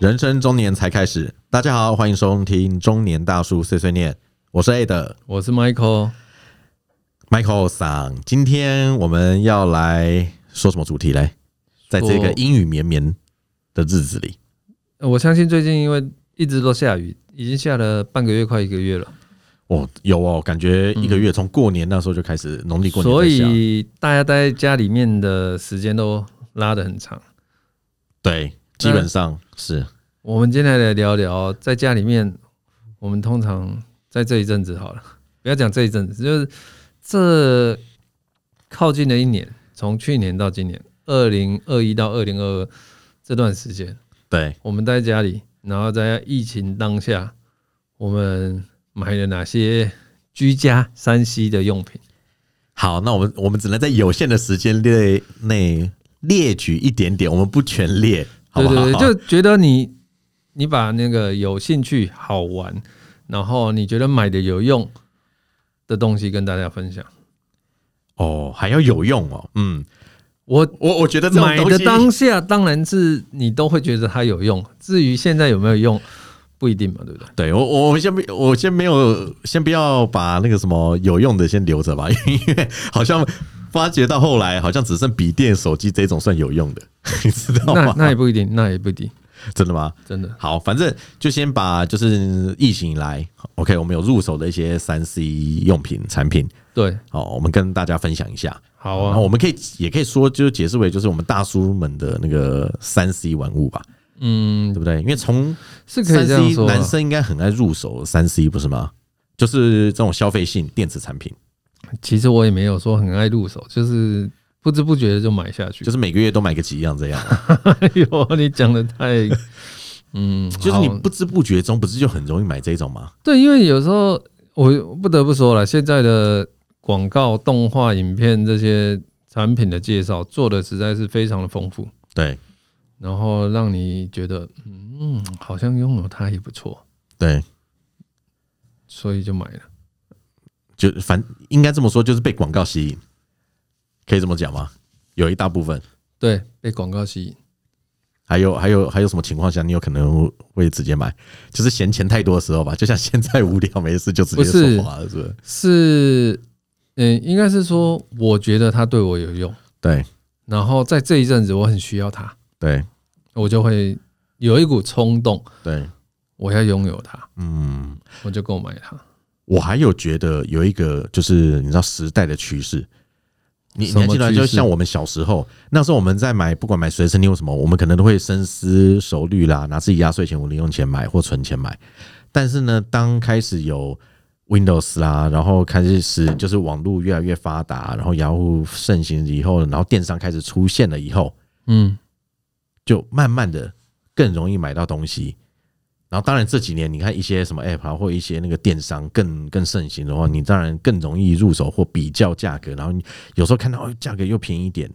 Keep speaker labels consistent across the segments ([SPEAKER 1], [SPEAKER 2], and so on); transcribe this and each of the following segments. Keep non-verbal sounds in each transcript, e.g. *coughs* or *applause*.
[SPEAKER 1] 人生中年才开始。大家好，欢迎收听《中年大叔碎碎念》，我是 A 的
[SPEAKER 2] 我是 Michael，
[SPEAKER 1] Michael 桑。今天我们要来说什么主题嘞？在这个
[SPEAKER 2] 说
[SPEAKER 1] 阴雨绵绵的日子里，
[SPEAKER 2] 呃我相信最近因为一直都下雨，已经下了半个月，快一个月了，
[SPEAKER 1] 哦，有哦，感觉一个月从过年那时候就开始，农历过年
[SPEAKER 2] 嗯所
[SPEAKER 1] 在下
[SPEAKER 2] 以大家待在家里面的时间都拉得很长。
[SPEAKER 1] 对，基本上是
[SPEAKER 2] 我们今天来聊聊在家里面，我们通常在这一阵子好了，不要讲这一阵子，就是这靠近的一年，从去年到今年，二零二一到二零二二这段时间，
[SPEAKER 1] 对
[SPEAKER 2] 我们待在家里，然后在疫情当下，我们买了哪些居家三 C 的用品？
[SPEAKER 1] 好，那我们我们只能在有限的时间内内列举一点点，我们不全列，好
[SPEAKER 2] 对
[SPEAKER 1] 不好？
[SPEAKER 2] 对对，就觉得你你把那个有兴趣、好玩，然后你觉得买的有用的东西跟大家分享。
[SPEAKER 1] 哦，还要有用哦，嗯，
[SPEAKER 2] 我
[SPEAKER 1] 我我觉得这种
[SPEAKER 2] 买
[SPEAKER 1] 东
[SPEAKER 2] 的
[SPEAKER 1] 西
[SPEAKER 2] 当下当然是你都会觉得它有用，至于现在有没有用，不一定嘛，
[SPEAKER 1] *laughs*
[SPEAKER 2] 对不对？
[SPEAKER 1] 对我，我我先不，我先没有，先不要把那个什么有用的先留着吧， *laughs* 因为好像发觉到后来，好像只剩笔电、手机这种算有用的， *laughs* 你知道
[SPEAKER 2] 那
[SPEAKER 1] 吗？
[SPEAKER 2] 那也不一定，那也不一定，
[SPEAKER 1] 真的吗？
[SPEAKER 2] 真的。
[SPEAKER 1] 好，反正就先把就是疫情以来，OK，我们有入手的一些三 C 用品产品，
[SPEAKER 2] 对，
[SPEAKER 1] 好，我们跟大家分享一下。
[SPEAKER 2] 好
[SPEAKER 1] 然
[SPEAKER 2] 啊
[SPEAKER 1] 后，我们可以也可以说，就是解释为就是我们大叔们的那个三 C 玩物吧，
[SPEAKER 2] 嗯
[SPEAKER 1] 对，不对？因为从
[SPEAKER 2] 是
[SPEAKER 1] 三
[SPEAKER 2] 可以这样
[SPEAKER 1] C
[SPEAKER 2] 说啊、
[SPEAKER 1] 男生应该很爱入手三 C 不是吗？就是这种消费性电子产品，
[SPEAKER 2] 其实我也没有说很爱入手，就是不知不觉的就买下去。
[SPEAKER 1] 就是每个月都买个几样这样，
[SPEAKER 2] *laughs*
[SPEAKER 1] 啊
[SPEAKER 2] 哎呦，你讲的太，嗯，
[SPEAKER 1] *laughs* 就是你
[SPEAKER 2] 好
[SPEAKER 1] 不知不觉中不是就很容易买这种吗？
[SPEAKER 2] 对，因为有时候呃我不得不说了，现在的广告、动画、影片这些产品的介绍做的实在是非常的丰富，
[SPEAKER 1] 对
[SPEAKER 2] 然后让你觉得，嗯，好像拥有它也不错，
[SPEAKER 1] 对，
[SPEAKER 2] 所以就买了。
[SPEAKER 1] 就反应该这么说，就是被广告吸引，可以这么讲吗？有一大部分，
[SPEAKER 2] 对，被广告吸引。
[SPEAKER 1] 还有还有还有什么情况下你有可能会直接买？就是嫌钱太多的时候吧，就像现在无聊没事就直接
[SPEAKER 2] 不是
[SPEAKER 1] 说话了，是不是？
[SPEAKER 2] 是，嗯，应该是说，我觉得它对我有用，
[SPEAKER 1] 对
[SPEAKER 2] 然后在这一阵子我很需要它，
[SPEAKER 1] 对
[SPEAKER 2] 我就会有一股冲动，
[SPEAKER 1] 对，
[SPEAKER 2] 我要拥有它，
[SPEAKER 1] 嗯。
[SPEAKER 2] 我就购买它。
[SPEAKER 1] 我还有觉得有一个就是你知道时代的趋势，你你
[SPEAKER 2] 什么
[SPEAKER 1] 还记得吗
[SPEAKER 2] 趋
[SPEAKER 1] 就
[SPEAKER 2] 势
[SPEAKER 1] 像我们小时候那时候我们在买不管买随身听或什么，我们可能都会深思熟虑啦，拿自己压岁钱、零用钱买或存钱买。但是呢，当开始有 Windows 啦，然后开始就是网络越来越发达，然后雅虎盛行以后，然后电商开始出现了以后，
[SPEAKER 2] 嗯，
[SPEAKER 1] 就慢慢的更容易买到东西。然后，当然这几年你看一些什么 App 啊，或一些那个电商更更盛行的话，你当然更容易入手或比较价格。然后你有时候看到哦价格又便宜一点，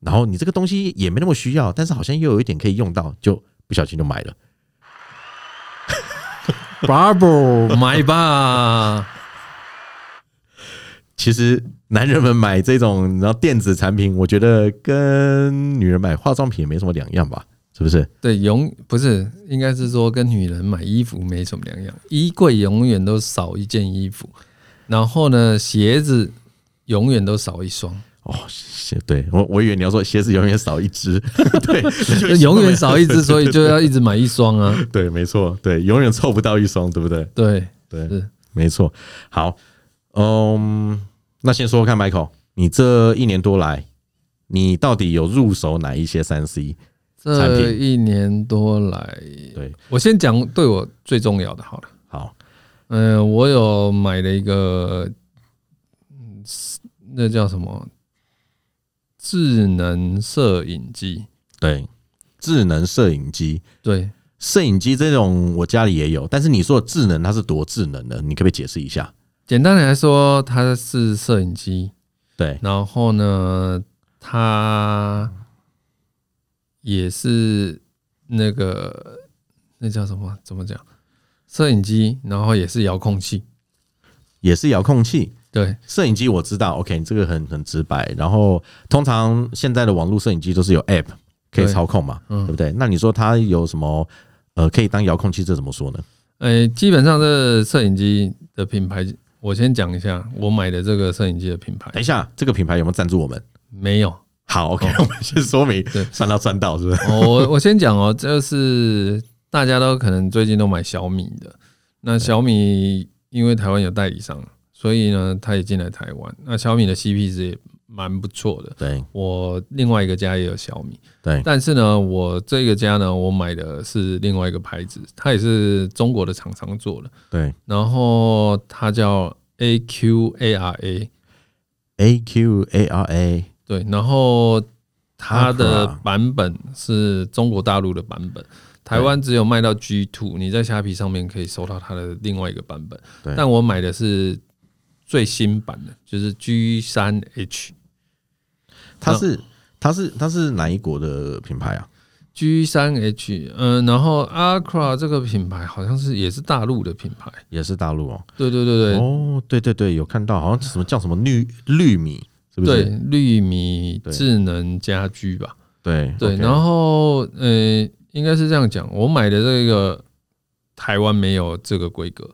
[SPEAKER 1] 然后你这个东西也没那么需要，但是好像又有一点可以用到，就不小心就买了。
[SPEAKER 2] Barbo 买吧，
[SPEAKER 1] *laughs* 其实男人们买这种然后电子产品，我觉得跟女人买化妆品也没什么两样吧？是不是？
[SPEAKER 2] 对，永不是，应该是说跟女人买衣服没什么两样，衣柜永远都少一件衣服，然后呢，鞋子永远都少一双，
[SPEAKER 1] 哦，是对我我以为你要说鞋子永远少一只， *laughs* 对，那就
[SPEAKER 2] *laughs* 永远少一只，所以就要一直买一双啊。
[SPEAKER 1] *laughs* 对，没错，对，永远凑不到一双，对不对？
[SPEAKER 2] 对，
[SPEAKER 1] 对
[SPEAKER 2] 是，
[SPEAKER 1] 没错。好，嗯，那先说说看，Michael，你这一年多来，你到底有入手哪一些三 C？产
[SPEAKER 2] 这
[SPEAKER 1] 品
[SPEAKER 2] 一年多来，
[SPEAKER 1] 对，
[SPEAKER 2] 我先讲对我最重要的好了。
[SPEAKER 1] 好，
[SPEAKER 2] 嗯、我有买了一个，嗯，是那叫什么？智能摄影机。
[SPEAKER 1] 对，智能摄影机，
[SPEAKER 2] 对，
[SPEAKER 1] 摄影机这种我家里也有，但是你说的智能它是多智能的？你可不可以解释一下？
[SPEAKER 2] 简单来说，它是摄影机，
[SPEAKER 1] 对，
[SPEAKER 2] 然后呢，它也是那个那叫什么？怎么讲？摄影机，然后也是遥控器。
[SPEAKER 1] 也是遥控器。
[SPEAKER 2] 对，
[SPEAKER 1] 摄影机我知道，OK，你这个很很直白。然后通常现在的网络摄影机都是有 App，可以
[SPEAKER 2] 对
[SPEAKER 1] 操控嘛，
[SPEAKER 2] 嗯
[SPEAKER 1] 对不对？那你说它有什么呃可以当遥控器，这怎么说呢？
[SPEAKER 2] 诶、哎基本上这摄影机的品牌，我先讲一下我买的这个摄影机的品牌
[SPEAKER 1] 等一下，这个品牌有没有赞助我们？
[SPEAKER 2] 没有。
[SPEAKER 1] 好，OK，、我们先说明
[SPEAKER 2] 哦 *laughs* 对
[SPEAKER 1] 算到算到是不是？
[SPEAKER 2] *laughs* 哦，我我先讲哦，就是大家都可能最近都买小米的，那小米因为台湾有代理商，所以呢，它也进来台湾。那小米的 CP 值也蛮不错的，
[SPEAKER 1] 对
[SPEAKER 2] 我另外一个家也有小米，
[SPEAKER 1] 对
[SPEAKER 2] 但是呢，我这个家呢，我买的是另外一个牌子，它也是中国的厂商做的，
[SPEAKER 1] 对
[SPEAKER 2] 然后它叫 AQARA，
[SPEAKER 1] ，A Q A R A，
[SPEAKER 2] 对，然后它的
[SPEAKER 1] Acura
[SPEAKER 2] 版本是中国大陆的版本，台湾只有卖到 G Two，你在虾皮上面可以搜到它的另外一个版本
[SPEAKER 1] 对，
[SPEAKER 2] 但我买的是最新版的，就是 G 三 H。
[SPEAKER 1] 它是它是它是哪一国的品牌啊？
[SPEAKER 2] G 三 H，嗯，然后 Acra 这个品牌好像是也是大陆的品牌，
[SPEAKER 1] 也是大陆哦。
[SPEAKER 2] 对对对对，
[SPEAKER 1] 哦，对对对，有看到，好像什么叫什么绿绿米，是不
[SPEAKER 2] 对
[SPEAKER 1] 是？
[SPEAKER 2] 绿米
[SPEAKER 1] 对
[SPEAKER 2] 智能家居吧，
[SPEAKER 1] 对
[SPEAKER 2] 对
[SPEAKER 1] OK
[SPEAKER 2] 然后呃，应该是这样讲，我买的这个台湾没有这个规格，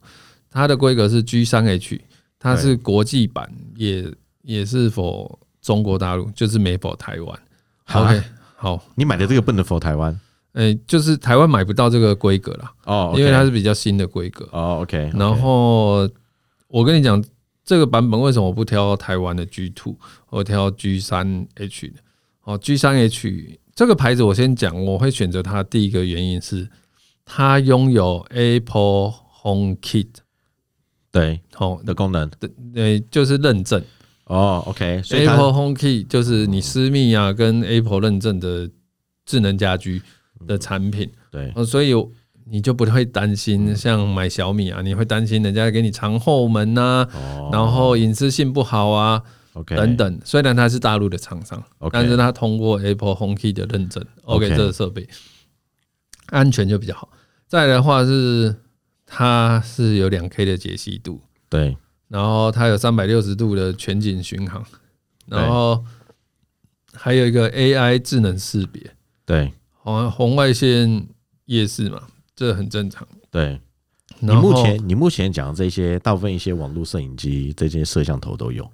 [SPEAKER 2] 它的规格是 G 三 H，它是国际版，也也是否中国大陆，就是没否台湾。
[SPEAKER 1] 好啊
[SPEAKER 2] OK，好，
[SPEAKER 1] 你买的这个不能否台湾
[SPEAKER 2] 呃，就是台湾买不到这个规格啦
[SPEAKER 1] 哦
[SPEAKER 2] 因为它是比较新的规格。
[SPEAKER 1] 哦 OK，
[SPEAKER 2] 然后我跟你讲，这个版本为什么我不挑台湾的 G Two，我挑 G 三 H 的？哦，G 三 H 这个牌子我先讲，我会选择它第一个原因是它拥有 Apple Home Kit
[SPEAKER 1] 对
[SPEAKER 2] 哦，
[SPEAKER 1] 的功能
[SPEAKER 2] 呃，就是认证
[SPEAKER 1] 哦 OK，所以它
[SPEAKER 2] Apple Home Kit 就是你私密啊跟 Apple 认证的智能家居的产品。
[SPEAKER 1] 对
[SPEAKER 2] 哦，所以你就不会担心，像买小米啊，你会担心人家给你藏后门啊呐、
[SPEAKER 1] 哦
[SPEAKER 2] 然后隐私性不好啊
[SPEAKER 1] OK
[SPEAKER 2] 等等。虽然它是大陆的厂商
[SPEAKER 1] OK
[SPEAKER 2] 但是它通过 Apple HomeKey 的认证
[SPEAKER 1] OK
[SPEAKER 2] ，OK 这个设备安全就比较好。再来的话是它是有两 K 的解析度，
[SPEAKER 1] 对
[SPEAKER 2] 然后它有三百六十度的全景巡航，然后还有一个 AI 智能识别。
[SPEAKER 1] 对
[SPEAKER 2] 好像红外线夜视嘛，这很正常。
[SPEAKER 1] 对，你
[SPEAKER 2] 然后
[SPEAKER 1] 目前你目前讲的这些，大部分一些网络摄影机这些摄像头都有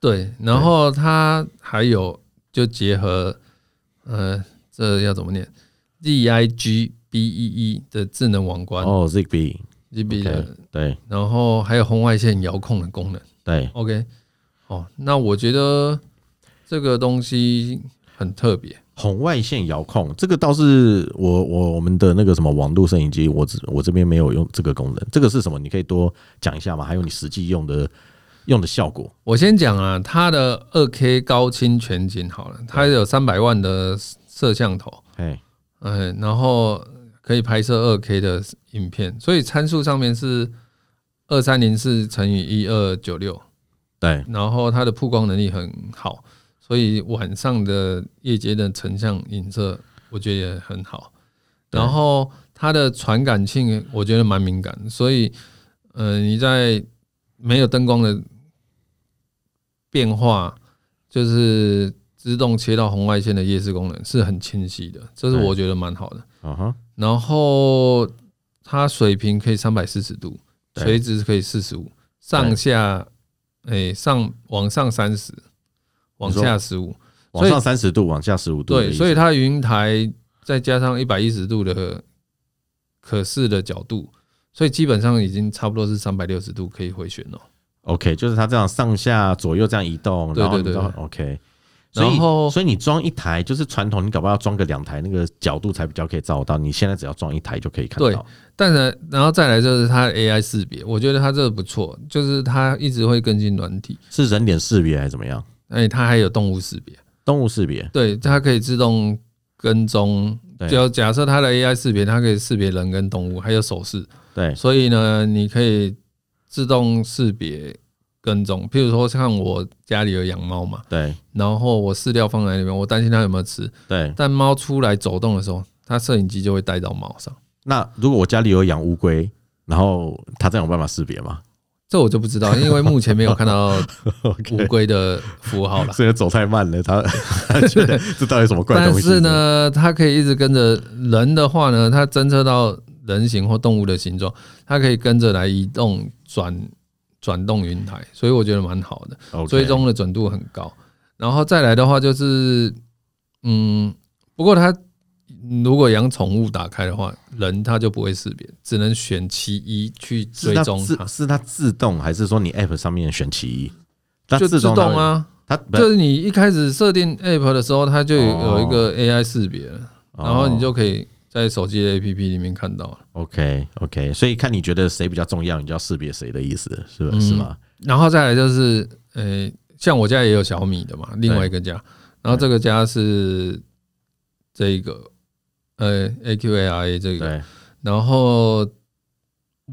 [SPEAKER 2] 对，然后它还有就结合呃，这要怎么念？Z I G B E E 的智能网关、
[SPEAKER 1] 哦 Zigbee
[SPEAKER 2] g B E 的
[SPEAKER 1] OK，，对
[SPEAKER 2] 然后还有红外线遥控的功能。
[SPEAKER 1] 对
[SPEAKER 2] OK，哦，那我觉得这个东西很特别。
[SPEAKER 1] 红外线遥控，这个倒是我我我们的那个什么网络摄影机，我只我这边没有用这个功能。这个是什么？你可以多讲一下吗？还有你实际用的用的效果。
[SPEAKER 2] 我先讲啊，它的二 K 高清全景好了，它有三百万的摄像头，
[SPEAKER 1] 哎，
[SPEAKER 2] 嗯，然后可以拍摄二 K 的影片，所以参数上面是二三零四乘以一二九六，
[SPEAKER 1] 对
[SPEAKER 2] 然后它的曝光能力很好，所以晚上的夜间的成像影射，我觉得也很好。
[SPEAKER 1] 对
[SPEAKER 2] 然后它的传感性，我觉得蛮敏感，所以，呃，你在没有灯光的变化，就是自动切到红外线的夜视功能是很清晰的，这是
[SPEAKER 1] 对
[SPEAKER 2] 我觉得蛮好的。
[SPEAKER 1] 啊哈，
[SPEAKER 2] 然后它水平可以三百四十度，
[SPEAKER 1] 对
[SPEAKER 2] 垂直可以四十五，上下诶、上往上三十，往下十五，
[SPEAKER 1] 往上三十度，往下十五度的意
[SPEAKER 2] 对，
[SPEAKER 1] 思。
[SPEAKER 2] 所以它的云台再加上一百一十度的可视的角度，所以基本上已经差不多是三百六十度可以回旋了。
[SPEAKER 1] OK，就是它这样上下左右这样移动，
[SPEAKER 2] 对
[SPEAKER 1] 然后
[SPEAKER 2] 对
[SPEAKER 1] 你知
[SPEAKER 2] 对
[SPEAKER 1] 道 OK。所
[SPEAKER 2] 然
[SPEAKER 1] 以
[SPEAKER 2] 后
[SPEAKER 1] 所以你装一台，就是传统，你搞不好要装个两台，那个角度才比较可以照得到。你现在只要装一台就可以看
[SPEAKER 2] 对
[SPEAKER 1] 到。
[SPEAKER 2] 但是然后再来就是它的 AI 识别，我觉得它这个不错，就是它一直会更新软体，
[SPEAKER 1] 是人脸识别还是怎么样？
[SPEAKER 2] 哎，它还有动物识别。
[SPEAKER 1] 动物识别？
[SPEAKER 2] 对，它可以自动跟踪。
[SPEAKER 1] 对
[SPEAKER 2] 就假设它的 AI 识别，它可以识别人跟动物，还有手势。
[SPEAKER 1] 对
[SPEAKER 2] 所以呢，你可以自动识别跟踪。譬如说，像我家里有养猫嘛，
[SPEAKER 1] 对
[SPEAKER 2] 然后我饲料放在里面，我担心它有没有吃。
[SPEAKER 1] 对。
[SPEAKER 2] 但猫出来走动的时候，它摄影机就会带到猫上，
[SPEAKER 1] 那如果我家里有养乌龟，然后它这样有办法识别吗？ *laughs*
[SPEAKER 2] 这我就不知道，因为目前没有看到 *laughs* 乌龟的符号了。
[SPEAKER 1] 所以走太慢了， *laughs* 他他觉得这到底什么怪 *laughs*
[SPEAKER 2] 但
[SPEAKER 1] 东西？
[SPEAKER 2] 是，呢，它可以一直跟着人的话呢，它侦测到人形或动物的形状，它可以跟着来移动转转动云台，所以我觉得蛮好的。追踪的准度很高。然后再来的话就是，嗯，不过它如果养宠物打开的话，人它就不会识别，只能选其一去
[SPEAKER 1] 是
[SPEAKER 2] 追
[SPEAKER 1] 它
[SPEAKER 2] 踪
[SPEAKER 1] 自
[SPEAKER 2] 它，
[SPEAKER 1] 是它自动还是说你 app 上面选其一？它
[SPEAKER 2] 就自
[SPEAKER 1] 动
[SPEAKER 2] 动啊。
[SPEAKER 1] 它哦会，它
[SPEAKER 2] 就是你一开始设定 app 的时候，它就有有一个 AI 识别了，
[SPEAKER 1] 哦
[SPEAKER 2] 然后你就可以在手机的 APP 里面看到了。
[SPEAKER 1] OK OK，所以看你觉得谁比较重要，你就要识别谁的意思，是吧？
[SPEAKER 2] 嗯
[SPEAKER 1] 是吗？
[SPEAKER 2] 然后再来就是，呃、像我家也有小米的嘛，另外一个家，然后这个家是这一个，呃，AQARA 这个，
[SPEAKER 1] 对
[SPEAKER 2] 然后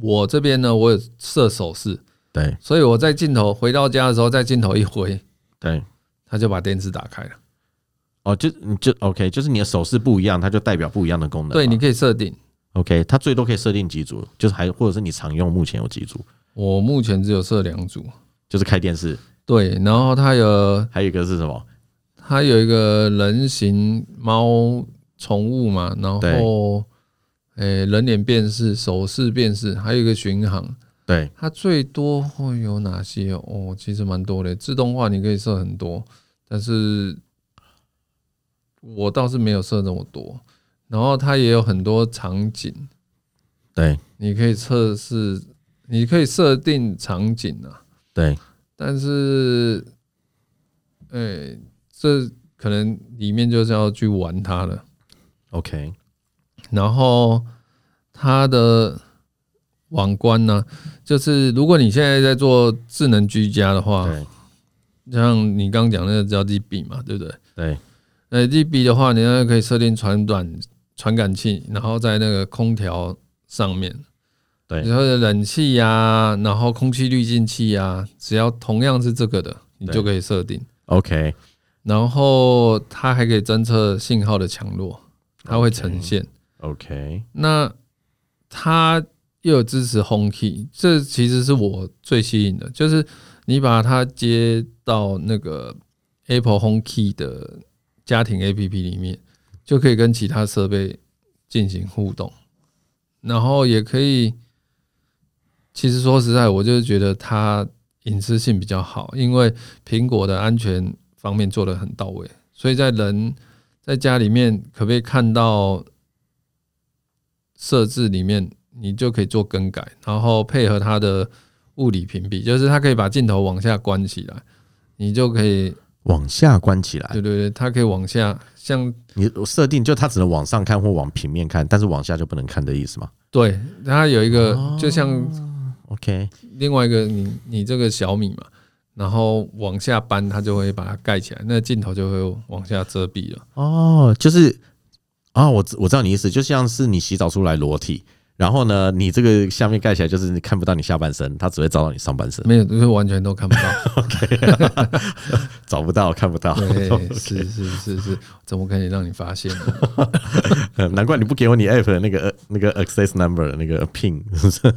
[SPEAKER 2] 我这边呢，我有设手势，
[SPEAKER 1] 对
[SPEAKER 2] 所以我在镜头回到家的时候，在镜头一挥， *laughs*
[SPEAKER 1] 对，
[SPEAKER 2] 它就把电视打开了。
[SPEAKER 1] 哦，就你就 OK，就是你的手势不一样，它就代表不一样的功能嘛。
[SPEAKER 2] 对，你可以设定。
[SPEAKER 1] OK，它最多可以设定几组，就是还或者是你常用，目前有几组，
[SPEAKER 2] 我目前只有设两组，
[SPEAKER 1] 就是开电视，
[SPEAKER 2] 对，然后它有
[SPEAKER 1] 还有一个是什么？
[SPEAKER 2] 它有一个人形猫宠物嘛，然
[SPEAKER 1] 对
[SPEAKER 2] 后诶、人脸辨识、手势辨识，还有一个巡航。
[SPEAKER 1] 对，
[SPEAKER 2] 它最多会有哪些？哦，其实蛮多的。自动化你可以设很多，但是我倒是没有设那么多。然后它也有很多场景，
[SPEAKER 1] 对
[SPEAKER 2] 你可以测试，你可以设定场景啊。
[SPEAKER 1] 对，
[SPEAKER 2] 但是，呃、这可能里面就是要去玩它了。
[SPEAKER 1] OK，
[SPEAKER 2] 然后它的网关呢，就是如果你现在在做智能居家的话，
[SPEAKER 1] 对
[SPEAKER 2] 像你刚讲那个叫 DB 嘛，对不对？
[SPEAKER 1] 对
[SPEAKER 2] 那 DB 的话，你那个可以设定传感传感器，然后在那个空调上面，
[SPEAKER 1] 对
[SPEAKER 2] 然后冷气呀、然后空气滤净器呀、只要同样是这个的，你
[SPEAKER 1] 对
[SPEAKER 2] 就可以设定。
[SPEAKER 1] ，OK，
[SPEAKER 2] 然后它还可以侦测信号的强弱，它会呈现。
[SPEAKER 1] OK，
[SPEAKER 2] 那它又有支持 Home Key，这其实是我最吸引的，就是你把它接到那个 Apple Home Key 的家庭 APP 里面，就可以跟其他设备进行互动，然后也可以。其实说实在，我就是觉得它隐私性比较好，因为苹果的安全方面做的很到位，所以在人在家里面可不可以看到设置里面，你就可以做更改，然后配合它的物理屏蔽，就是它可以把镜头往下关起来，你就可以，
[SPEAKER 1] 往下关起来，
[SPEAKER 2] 对对对，它可以往下，像
[SPEAKER 1] 你设定就它只能往上看或往平面看，但是往下就不能看的意思吗
[SPEAKER 2] 对它有一个，就像
[SPEAKER 1] ？OK，
[SPEAKER 2] 另外一个你你这个小米嘛，然后往下搬，它就会把它盖起来，那镜头就会往下遮蔽了。
[SPEAKER 1] 哦，就是啊、我知我知道你意思，就像是你洗澡出来裸体，然后呢，你这个下面盖起来，就是你看不到你下半身，它只会照到你上半身，
[SPEAKER 2] 没有，就是完全都看不到。
[SPEAKER 1] 找不到，看不到。
[SPEAKER 2] 对，是是是是，怎么可以让你发现呢？
[SPEAKER 1] *laughs* 难怪你不给我你 app 的那个呃那个 access number 的那个 pin，是不是？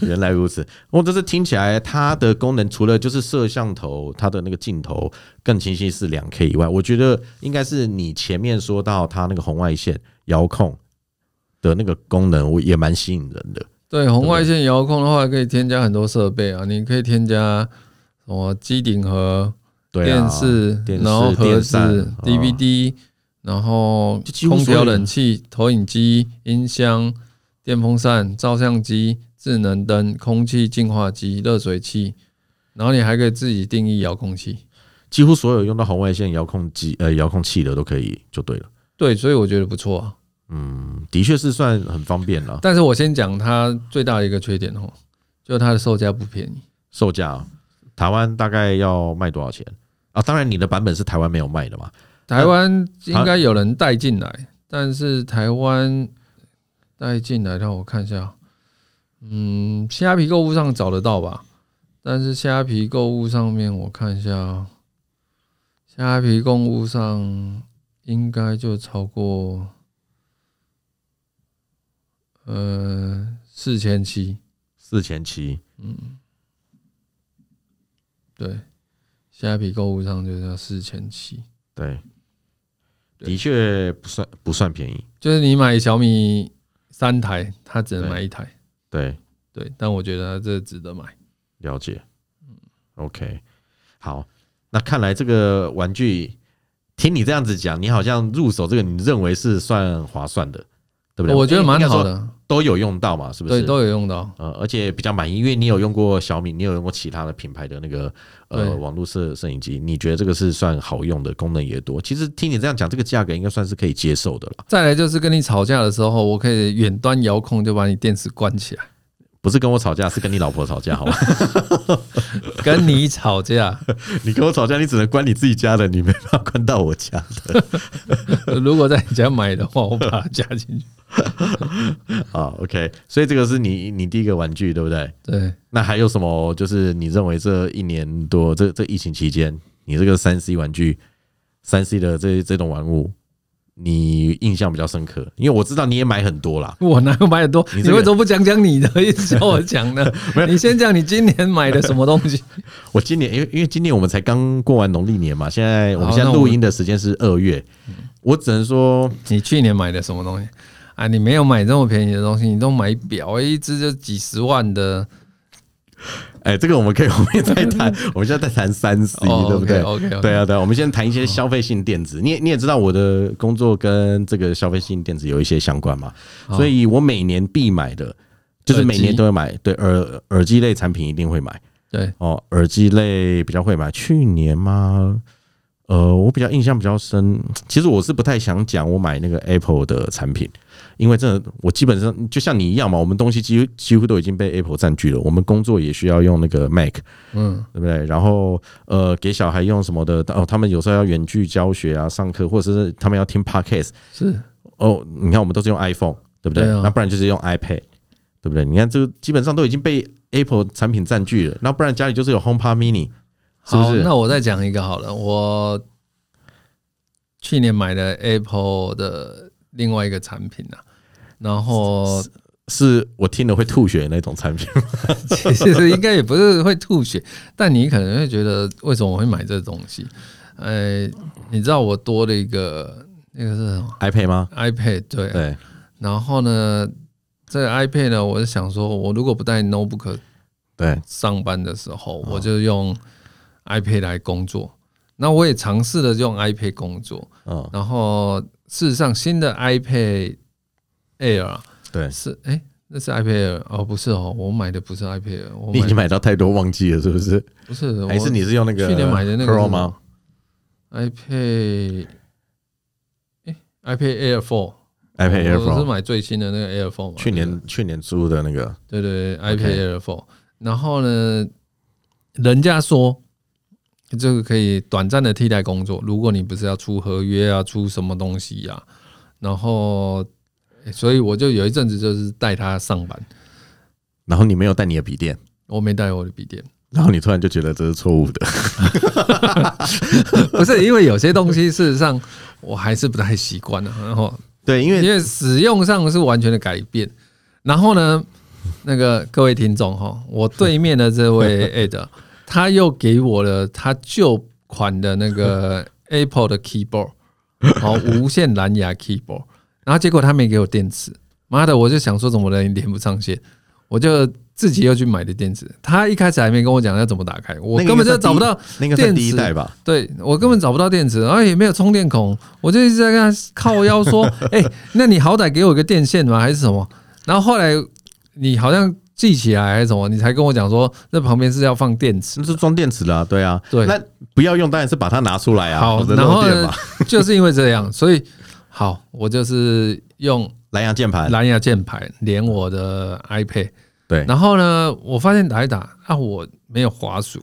[SPEAKER 1] 原来如此，我这是听起来它的功能除了就是摄像头，它的那个镜头更清晰是两 K 以外，我觉得应该是你前面说到它那个红外线遥控的那个功能，我也蛮吸引人的。
[SPEAKER 2] 对，红外线遥控的话，可以添加很多设备啊，你可以添加什么机顶盒、
[SPEAKER 1] 对啊，
[SPEAKER 2] 电视，
[SPEAKER 1] 电视
[SPEAKER 2] 然后盒
[SPEAKER 1] 电
[SPEAKER 2] 子、
[SPEAKER 1] 扇啊
[SPEAKER 2] DVD，然后
[SPEAKER 1] 就几乎
[SPEAKER 2] 空
[SPEAKER 1] 所有
[SPEAKER 2] 调、冷气、投影机、音箱、电风扇、照相机、智能灯、空气净化机、热水器，然后你还可以自己定义遥控器。
[SPEAKER 1] 几乎所有用到红外线遥控机呃遥控器的都可以，就对了。
[SPEAKER 2] 对，所以我觉得不错啊。
[SPEAKER 1] 嗯，的确是算很方便啊了，
[SPEAKER 2] 但是我先讲它最大的一个缺点哦，就是它的售价不便宜。
[SPEAKER 1] 售价哦、台湾大概要卖多少钱啊？当然你的版本是台湾没有卖的嘛。
[SPEAKER 2] 台湾应该有人带进来，但是台湾带进来，让我看一下，嗯，虾皮购物上找得到吧？但是虾皮购物上面，我看一下哦，虾皮购物上应该就超过，呃，四千七，
[SPEAKER 1] 四千七，
[SPEAKER 2] 对，虾皮购物上就是要四千七，
[SPEAKER 1] 对，
[SPEAKER 2] 对
[SPEAKER 1] 的确不算不算便宜，
[SPEAKER 2] 就是你买小米三台，它只能
[SPEAKER 1] 对
[SPEAKER 2] 买一台。
[SPEAKER 1] 对，
[SPEAKER 2] 对，但我觉得它这值得买。
[SPEAKER 1] 了解。OK，好，那看来这个玩具，听你这样子讲，你好像入手这个，你认为是算划算的，对不对？
[SPEAKER 2] 哦我觉得蛮好
[SPEAKER 1] 应该说
[SPEAKER 2] 的，
[SPEAKER 1] 都有用到嘛，是不是？
[SPEAKER 2] 对，都有用到。
[SPEAKER 1] 呃，而且比较满意，因为你有用过小米，你有用过其他的品牌的那个呃
[SPEAKER 2] 对
[SPEAKER 1] 网络摄摄影机，你觉得这个是算好用的，功能也多。其实听你这样讲，这个价格应该算是可以接受的了，
[SPEAKER 2] 再来就是跟你吵架的时候，我可以远端遥控就把你电池关起来，
[SPEAKER 1] 不是跟我吵架，是跟你老婆吵架，好吧？
[SPEAKER 2] 跟你吵架。
[SPEAKER 1] *laughs*
[SPEAKER 2] *laughs*
[SPEAKER 1] 你跟我吵架，你只能关你自己家的，你没办法关到我家。 *laughs*
[SPEAKER 2] 如果在你家买的话，我把它加进去。
[SPEAKER 1] 啊，OK，所以这个是你你第一个玩具，对不对？
[SPEAKER 2] 对，
[SPEAKER 1] 那还有什么？就是你认为这一年多，这这疫情期间，你这个三 C 玩具、三 C 的这这种玩物，你印象比较深刻？因为我知道你也买很多啦，
[SPEAKER 2] 我哪有买很多？
[SPEAKER 1] 你
[SPEAKER 2] 你
[SPEAKER 1] 这个
[SPEAKER 2] 为什么不讲讲你的，一直叫我讲 *laughs* 呢？你先讲你今年买的什么东西？
[SPEAKER 1] 我今年因为因为今年我们才刚过完农历年嘛，现在我们
[SPEAKER 2] 好
[SPEAKER 1] 现在
[SPEAKER 2] 那我
[SPEAKER 1] 录
[SPEAKER 2] 们
[SPEAKER 1] 音的时间是二月，我只能说
[SPEAKER 2] *laughs* 你去年买的什么东西？啊，你没有买这么便宜的东西，你都买表，一只就几十万的。
[SPEAKER 1] 哎、这个我们可以 *laughs* 后面再谈，
[SPEAKER 2] 嗯
[SPEAKER 1] 我们现在在谈三 C，、对
[SPEAKER 2] 哦
[SPEAKER 1] 不对
[SPEAKER 2] o k o k
[SPEAKER 1] 对啊，对啊，我们先谈一
[SPEAKER 2] 哦
[SPEAKER 1] 些消费性电子。你也你也知道，我的工作跟这个消费性电子有一些相关嘛，
[SPEAKER 2] 哦
[SPEAKER 1] 所以我每年必买的，就是每
[SPEAKER 2] 耳
[SPEAKER 1] 年
[SPEAKER 2] 机
[SPEAKER 1] 都会买，对耳耳机类产品一定会买
[SPEAKER 2] 对，
[SPEAKER 1] 哦，耳机类比较会买。去年嘛，呃，我比较印象比较深，其实我是不太想讲我买那个 Apple 的产品，因为真的我基本上就像你一样嘛，我们东西几乎几乎都已经被 Apple 占据了，我们工作也需要用那个 Mac。
[SPEAKER 2] 嗯，
[SPEAKER 1] 对不对？然后呃，给小孩用什么的哦，他们有时候要远距教学啊，上课，或者是他们要听 podcast
[SPEAKER 2] 是
[SPEAKER 1] 哦。你看，我们都是用 iPhone，对不对？
[SPEAKER 2] 对啊
[SPEAKER 1] 那不然就是用 iPad，对不对？你看，这个基本上都已经被 Apple 产品占据了。那不然家里就是有 HomePod Mini，是不
[SPEAKER 2] 好，
[SPEAKER 1] 是？
[SPEAKER 2] 那我再讲一个好了，我去年买的 Apple 的另外一个产品啊，然后
[SPEAKER 1] 是我听了会吐血的那种产品。 *laughs*
[SPEAKER 2] *laughs* 其实应该也不是会吐血，但你可能会觉得为什么我会买这东西？呃，你知道我多了一个那个是什么
[SPEAKER 1] iPad 吗？
[SPEAKER 2] iPad 对，啊
[SPEAKER 1] 对，
[SPEAKER 2] 然后呢，这个 iPad 呢，我是想说，我如果不带 notebook
[SPEAKER 1] 对，
[SPEAKER 2] 上班的时候，
[SPEAKER 1] 哦
[SPEAKER 2] 我就用 iPad 来工作。那我也尝试了用 iPad 工作，
[SPEAKER 1] 嗯，
[SPEAKER 2] 然后事实上，新的 iPad Air 啊
[SPEAKER 1] 对。
[SPEAKER 2] 是哎、那是 iPad Air 哦，不是哦，我买的不是 iPad，Air，我
[SPEAKER 1] 你已
[SPEAKER 2] 买
[SPEAKER 1] 经
[SPEAKER 2] 的
[SPEAKER 1] 买到太多忘记了，是不是？
[SPEAKER 2] 不是，
[SPEAKER 1] 还是你是用那个
[SPEAKER 2] 去年买的那个
[SPEAKER 1] Pro
[SPEAKER 2] 是
[SPEAKER 1] 吗？
[SPEAKER 2] iPad？哎、i p a d Air Four。
[SPEAKER 1] ？iPad Air
[SPEAKER 2] 我是
[SPEAKER 1] Pro，
[SPEAKER 2] 买最新的那个 Air Four 嘛，
[SPEAKER 1] 去
[SPEAKER 2] 对不
[SPEAKER 1] 年去年出的那个，
[SPEAKER 2] 对对对
[SPEAKER 1] OK
[SPEAKER 2] iPad Air Four。然后呢，人家说这个可以短暂的替代工作，如果你不是要出合约啊，出什么东西呀、然后诶所以我就有一阵子就是带他上班，
[SPEAKER 1] 然后你没有带你的笔电。
[SPEAKER 2] 我没带我的笔电， *coughs*
[SPEAKER 1] 然后你突然就觉得这是错误的，
[SPEAKER 2] 不是因为有些东西事实上我还是不太习惯的，啊然后
[SPEAKER 1] 对，因
[SPEAKER 2] 因为使用上是完全的改变。然后呢，那个各位听众哈，我对面的这
[SPEAKER 1] *laughs*
[SPEAKER 2] 位 Ed，他又给我了他旧款的那个 Apple 的 keyboard，好无线蓝牙 keyboard，然后结果他没给我电池，妈的，我就想说怎么能连不上线，我就自己又去买的电池。他一开始还没跟我讲要怎么打开，我
[SPEAKER 1] 那个
[SPEAKER 2] 根本就
[SPEAKER 1] 应该算
[SPEAKER 2] 找不到。
[SPEAKER 1] 那个是第一代吧？
[SPEAKER 2] 对我根本找不到电池，然后也没有充电孔，我就一直在跟他靠腰说：“ *laughs* 哎、那你好歹给我一个电线嘛，还是什么？”然后后来你好像记起来还是什么，你才跟我讲说那旁边是要放电池
[SPEAKER 1] 那。是装电池的、啊，对啊，
[SPEAKER 2] 对
[SPEAKER 1] 那不要用，当然是把它拿出来啊，
[SPEAKER 2] 好
[SPEAKER 1] 否则
[SPEAKER 2] 然
[SPEAKER 1] 漏
[SPEAKER 2] 后
[SPEAKER 1] 电
[SPEAKER 2] 呢
[SPEAKER 1] 嘛。 *laughs*
[SPEAKER 2] 就是因为这样，所以好，我就是用
[SPEAKER 1] 蓝牙键盘，
[SPEAKER 2] 蓝牙键盘连我的 iPad，
[SPEAKER 1] 对
[SPEAKER 2] 然后呢，我发现打一打啊，我没有滑鼠，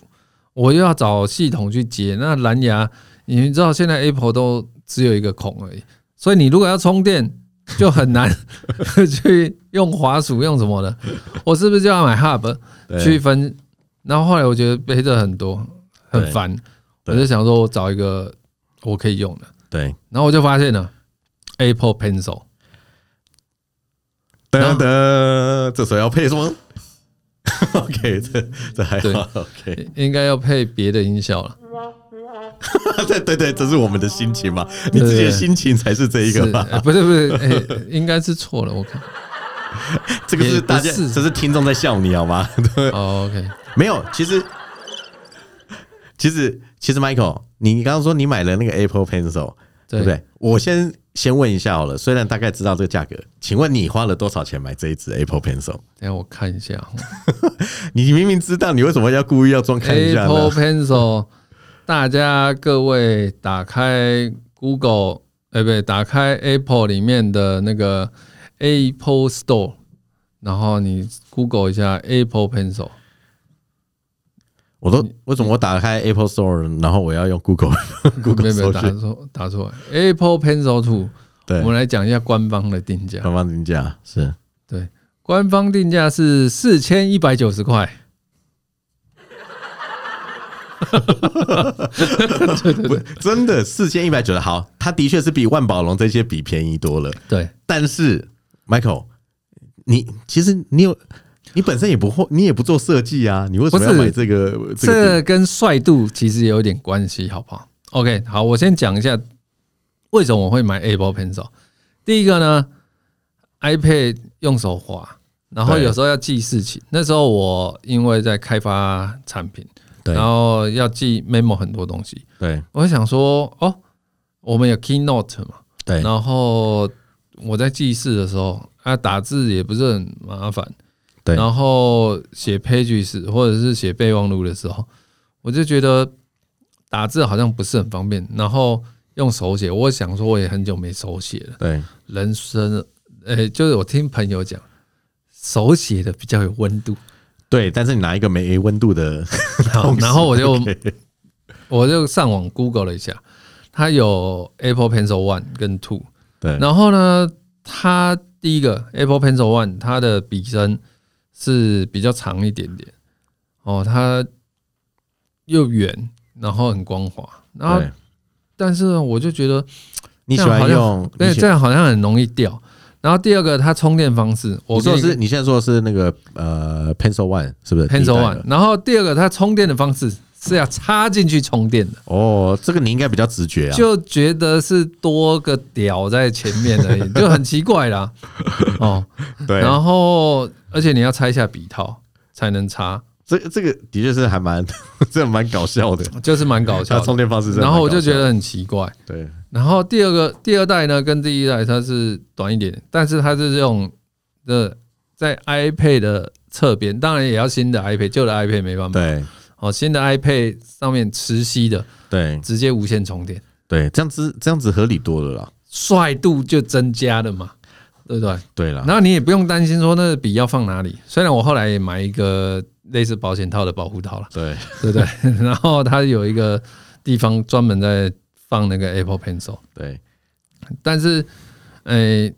[SPEAKER 2] 我又要找系统去接。那蓝牙，你们知道现在 Apple 都只有一个孔而已，所以你如果要充电，就
[SPEAKER 1] *laughs*
[SPEAKER 2] 很难去用滑鼠用什么的。我是不是就要买 Hub
[SPEAKER 1] 对
[SPEAKER 2] 区分？然后后来我觉得背着很多，很
[SPEAKER 1] 对
[SPEAKER 2] 烦，我
[SPEAKER 1] 对
[SPEAKER 2] 就想说我找一个我可以用的。
[SPEAKER 1] 对，
[SPEAKER 2] 然后我就发现了 Apple Pencil。
[SPEAKER 1] 噔
[SPEAKER 2] 然后
[SPEAKER 1] 噔，这时候要配什么？ *laughs* OK，这这还
[SPEAKER 2] 对
[SPEAKER 1] 好。OK， *laughs*
[SPEAKER 2] 应该要配别的音效了。
[SPEAKER 1] 对对对，这是我们的心情嘛？你自己的心情才是这一个
[SPEAKER 2] 是，
[SPEAKER 1] 吧？
[SPEAKER 2] 呃不是不是，哎，应该是错了，我看。
[SPEAKER 1] 这个是
[SPEAKER 2] 也不
[SPEAKER 1] 大家，
[SPEAKER 2] 是
[SPEAKER 1] 这是听众在笑你好吗？ *laughs* 对，
[SPEAKER 2] 哦，OK，
[SPEAKER 1] 没有，其实，其实，其实，Michael，你你刚刚说你买了那个 Apple Pencil，对
[SPEAKER 2] 对
[SPEAKER 1] 不对？我先先问一下好了，虽然大概知道这个价格，请问你花了多少钱买这一支 Apple Pencil？
[SPEAKER 2] 等一下我看一下哦
[SPEAKER 1] 你明明知道，你为什么要故意要装看一下
[SPEAKER 2] Apple
[SPEAKER 1] 呢？
[SPEAKER 2] Pencil，大家各位打开 Google，哎，不对，打开 Apple 里面的那个 Apple Store，然后你 Google 一下 Apple Pencil。
[SPEAKER 1] 我都为什么我打开 Apple Store，然后我要用 Google *laughs*
[SPEAKER 2] 没
[SPEAKER 1] *laughs* Google
[SPEAKER 2] 有没有
[SPEAKER 1] 搜
[SPEAKER 2] 打
[SPEAKER 1] 寻？
[SPEAKER 2] 错打错，Apple Pencil Two，
[SPEAKER 1] 对
[SPEAKER 2] 我，们来讲一下官方的定价。
[SPEAKER 1] 官方定价是
[SPEAKER 2] 对，官方定价是四千一百九十块。
[SPEAKER 1] 不真的四千一百九的好，它的确是比万宝龙这些比便宜多了。
[SPEAKER 2] 对，
[SPEAKER 1] 但是 Michael，你其实你有你本身也不会，你也不做设计啊，你为什么要
[SPEAKER 2] 不是
[SPEAKER 1] 买这个这个
[SPEAKER 2] 这跟帅度其实也有点关系，好不好？OK，好，我先讲一下为什么我会买 Apple Pencil。第一个呢，iPad 用手滑，然后
[SPEAKER 1] 对
[SPEAKER 2] 有时候要记事情。那时候我因为在开发产品，
[SPEAKER 1] 对
[SPEAKER 2] 然后要记 memo 很多东西，
[SPEAKER 1] 对
[SPEAKER 2] 我会想说，哦，我们有 Keynote 嘛，
[SPEAKER 1] 对
[SPEAKER 2] 然后我在记事的时候，啊，打字也不是很麻烦，
[SPEAKER 1] 对
[SPEAKER 2] 然后写 pages 或者是写备忘录的时候，我就觉得打字好像不是很方便，然后用手写，我想说我也很久没手写了，
[SPEAKER 1] 对
[SPEAKER 2] 人生，呃、就是我听朋友讲，手写的比较有温度，
[SPEAKER 1] 对，但是你拿一个没温度的 *laughs*
[SPEAKER 2] 然后
[SPEAKER 1] 东西，
[SPEAKER 2] 然后我就
[SPEAKER 1] OK，
[SPEAKER 2] 我就上网 Google 了一下，它有 Apple Pencil One 跟 Two，
[SPEAKER 1] 对
[SPEAKER 2] 然后呢，它第一个 Apple Pencil One 它的笔身是比较长一点点，哦，它又圆，然后很光滑，然后
[SPEAKER 1] 对，
[SPEAKER 2] 但是呢我就觉得，
[SPEAKER 1] 你喜
[SPEAKER 2] 啊这样好
[SPEAKER 1] 欢
[SPEAKER 2] 像
[SPEAKER 1] 用
[SPEAKER 2] 对，
[SPEAKER 1] 你喜
[SPEAKER 2] 这样好像很容易掉。然后第二个，它充电方式，我
[SPEAKER 1] 你
[SPEAKER 2] 跟
[SPEAKER 1] 说
[SPEAKER 2] 你
[SPEAKER 1] 的是你现在说的是那个呃 Pencil One 是不是
[SPEAKER 2] Pencil
[SPEAKER 1] 第一代
[SPEAKER 2] One，
[SPEAKER 1] 的
[SPEAKER 2] 然后第二个它充电的方式是要插进去充电的。
[SPEAKER 1] 哦，这个你应该比较直觉啊，
[SPEAKER 2] 就觉得是多个屌在前面而已，就很奇
[SPEAKER 1] *laughs*
[SPEAKER 2] 怪啦。哦，
[SPEAKER 1] 对
[SPEAKER 2] 然后而且你要拆下笔套才能插，
[SPEAKER 1] 这这个的确是还蛮 *laughs* 这蛮搞笑的，
[SPEAKER 2] 就是蛮搞
[SPEAKER 1] 它 *laughs*
[SPEAKER 2] 笑
[SPEAKER 1] 充
[SPEAKER 2] 的。
[SPEAKER 1] 电方式真的
[SPEAKER 2] 然
[SPEAKER 1] 蛮搞笑的，
[SPEAKER 2] 后我就觉得很奇怪。
[SPEAKER 1] 对
[SPEAKER 2] 然后第二个第二代呢，跟第一代它是短一点，但是它是这种的在 iPad 的侧边，当然也要新的 iPad，旧的 iPad 没办法。
[SPEAKER 1] 对
[SPEAKER 2] 哦，新的 iPad 上面磁吸的，
[SPEAKER 1] 对
[SPEAKER 2] 直接无线充电，
[SPEAKER 1] 对，这样子这样子合理多了啦，
[SPEAKER 2] 帅度就增加了嘛，对不对？
[SPEAKER 1] 对啦，
[SPEAKER 2] 然后你也不用担心说那个笔要放哪里。虽然我后来也买一个类似保险套的保护套了，
[SPEAKER 1] 对。
[SPEAKER 2] 对不 *laughs* 对？然后它有一个地方专门在放那个 Apple Pencil，
[SPEAKER 1] 对
[SPEAKER 2] 但是，诶、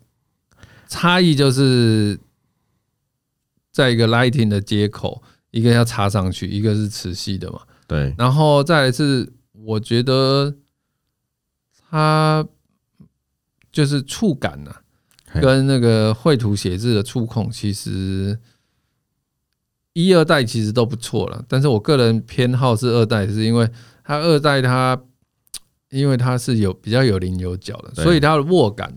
[SPEAKER 2] 差异就是在一个 Lighting 的接口，一个要插上去，一个是磁吸的嘛。
[SPEAKER 1] 对
[SPEAKER 2] 然后再来是，我觉得它就是触感呐、
[SPEAKER 1] 嘿
[SPEAKER 2] 跟那个绘图写字的触控，其实一二代其实都不错了。但是我个人偏好是二代，是因为它二代它因为它是有比较有棱有角的，
[SPEAKER 1] 对
[SPEAKER 2] 所以它的握感，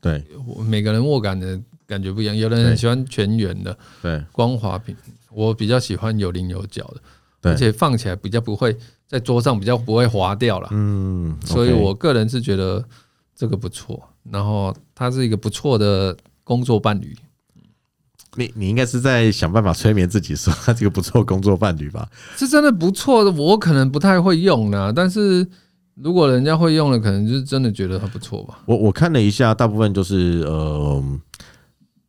[SPEAKER 1] 对
[SPEAKER 2] 我每个人握感的感觉不一样。有的人
[SPEAKER 1] 对
[SPEAKER 2] 很喜欢全圆的，
[SPEAKER 1] 对
[SPEAKER 2] 光滑屏，我比较喜欢有棱有角的，
[SPEAKER 1] 对
[SPEAKER 2] 而且放起来比较不会在桌上比较不会滑掉啦。
[SPEAKER 1] 嗯，
[SPEAKER 2] 所以
[SPEAKER 1] OK
[SPEAKER 2] 我个人是觉得这个不错，然后它是一个不错的工作伴侣。
[SPEAKER 1] 你你应该是在想办法催眠自己，说他这个不错工作伴侣吧？
[SPEAKER 2] 是真的不错的，我可能不太会用啦，但是如果人家会用了，可能就是真的觉得它不错吧。
[SPEAKER 1] 我我看了一下，大部分就是呃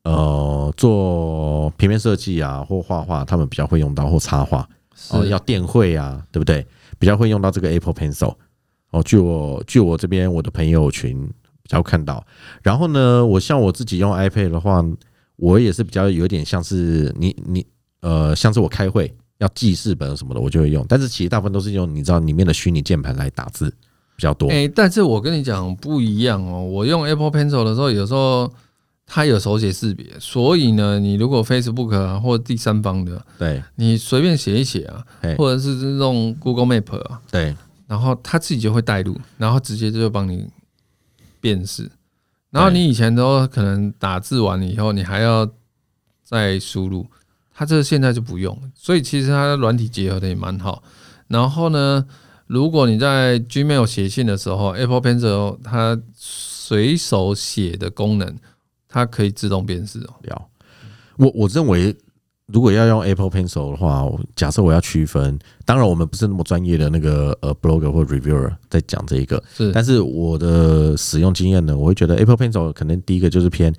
[SPEAKER 1] 呃做平面设计啊，或画画，他们比较会用到或插画
[SPEAKER 2] 是，
[SPEAKER 1] 哦，要电绘啊，对不对？比较会用到这个 Apple Pencil。哦，据我据我这边我的朋友群比较看到，然后呢，我像我自己用 iPad 的话，我也是比较有点像是你你呃，像是我开会要记事本什么的，我就会用，但是其实大部分都是用你知道里面的虚拟键盘来打字比较多。
[SPEAKER 2] 哎、但是我跟你讲不一样哦，我用 Apple Pencil 的时候，有时候它有手写识别，所以呢，你如果 Facebook 啊或第三方的，
[SPEAKER 1] 对
[SPEAKER 2] 你随便写一写啊
[SPEAKER 1] 嘿，
[SPEAKER 2] 或者是用 Google Map 啊，
[SPEAKER 1] 对，
[SPEAKER 2] 然后它自己就会带路，然后直接就帮你辨识。然后
[SPEAKER 1] 对
[SPEAKER 2] 你以前都可能打字完以后，你还要再输入，它这现在就不用。所以其实它的软体结合的也蛮好。然后呢，如果你在 Gmail 写信的时候，Apple Pencil 它随手写的功能，它可以自动辨识哦。
[SPEAKER 1] 了。我我认为，如果要用 Apple Pencil 的话，我假设我要区分，当然我们不是那么专业的那个呃 blogger 或 reviewer 在讲这一个，
[SPEAKER 2] 是
[SPEAKER 1] 但是我的使用经验呢，我会觉得 Apple Pencil 可能第一个就是偏。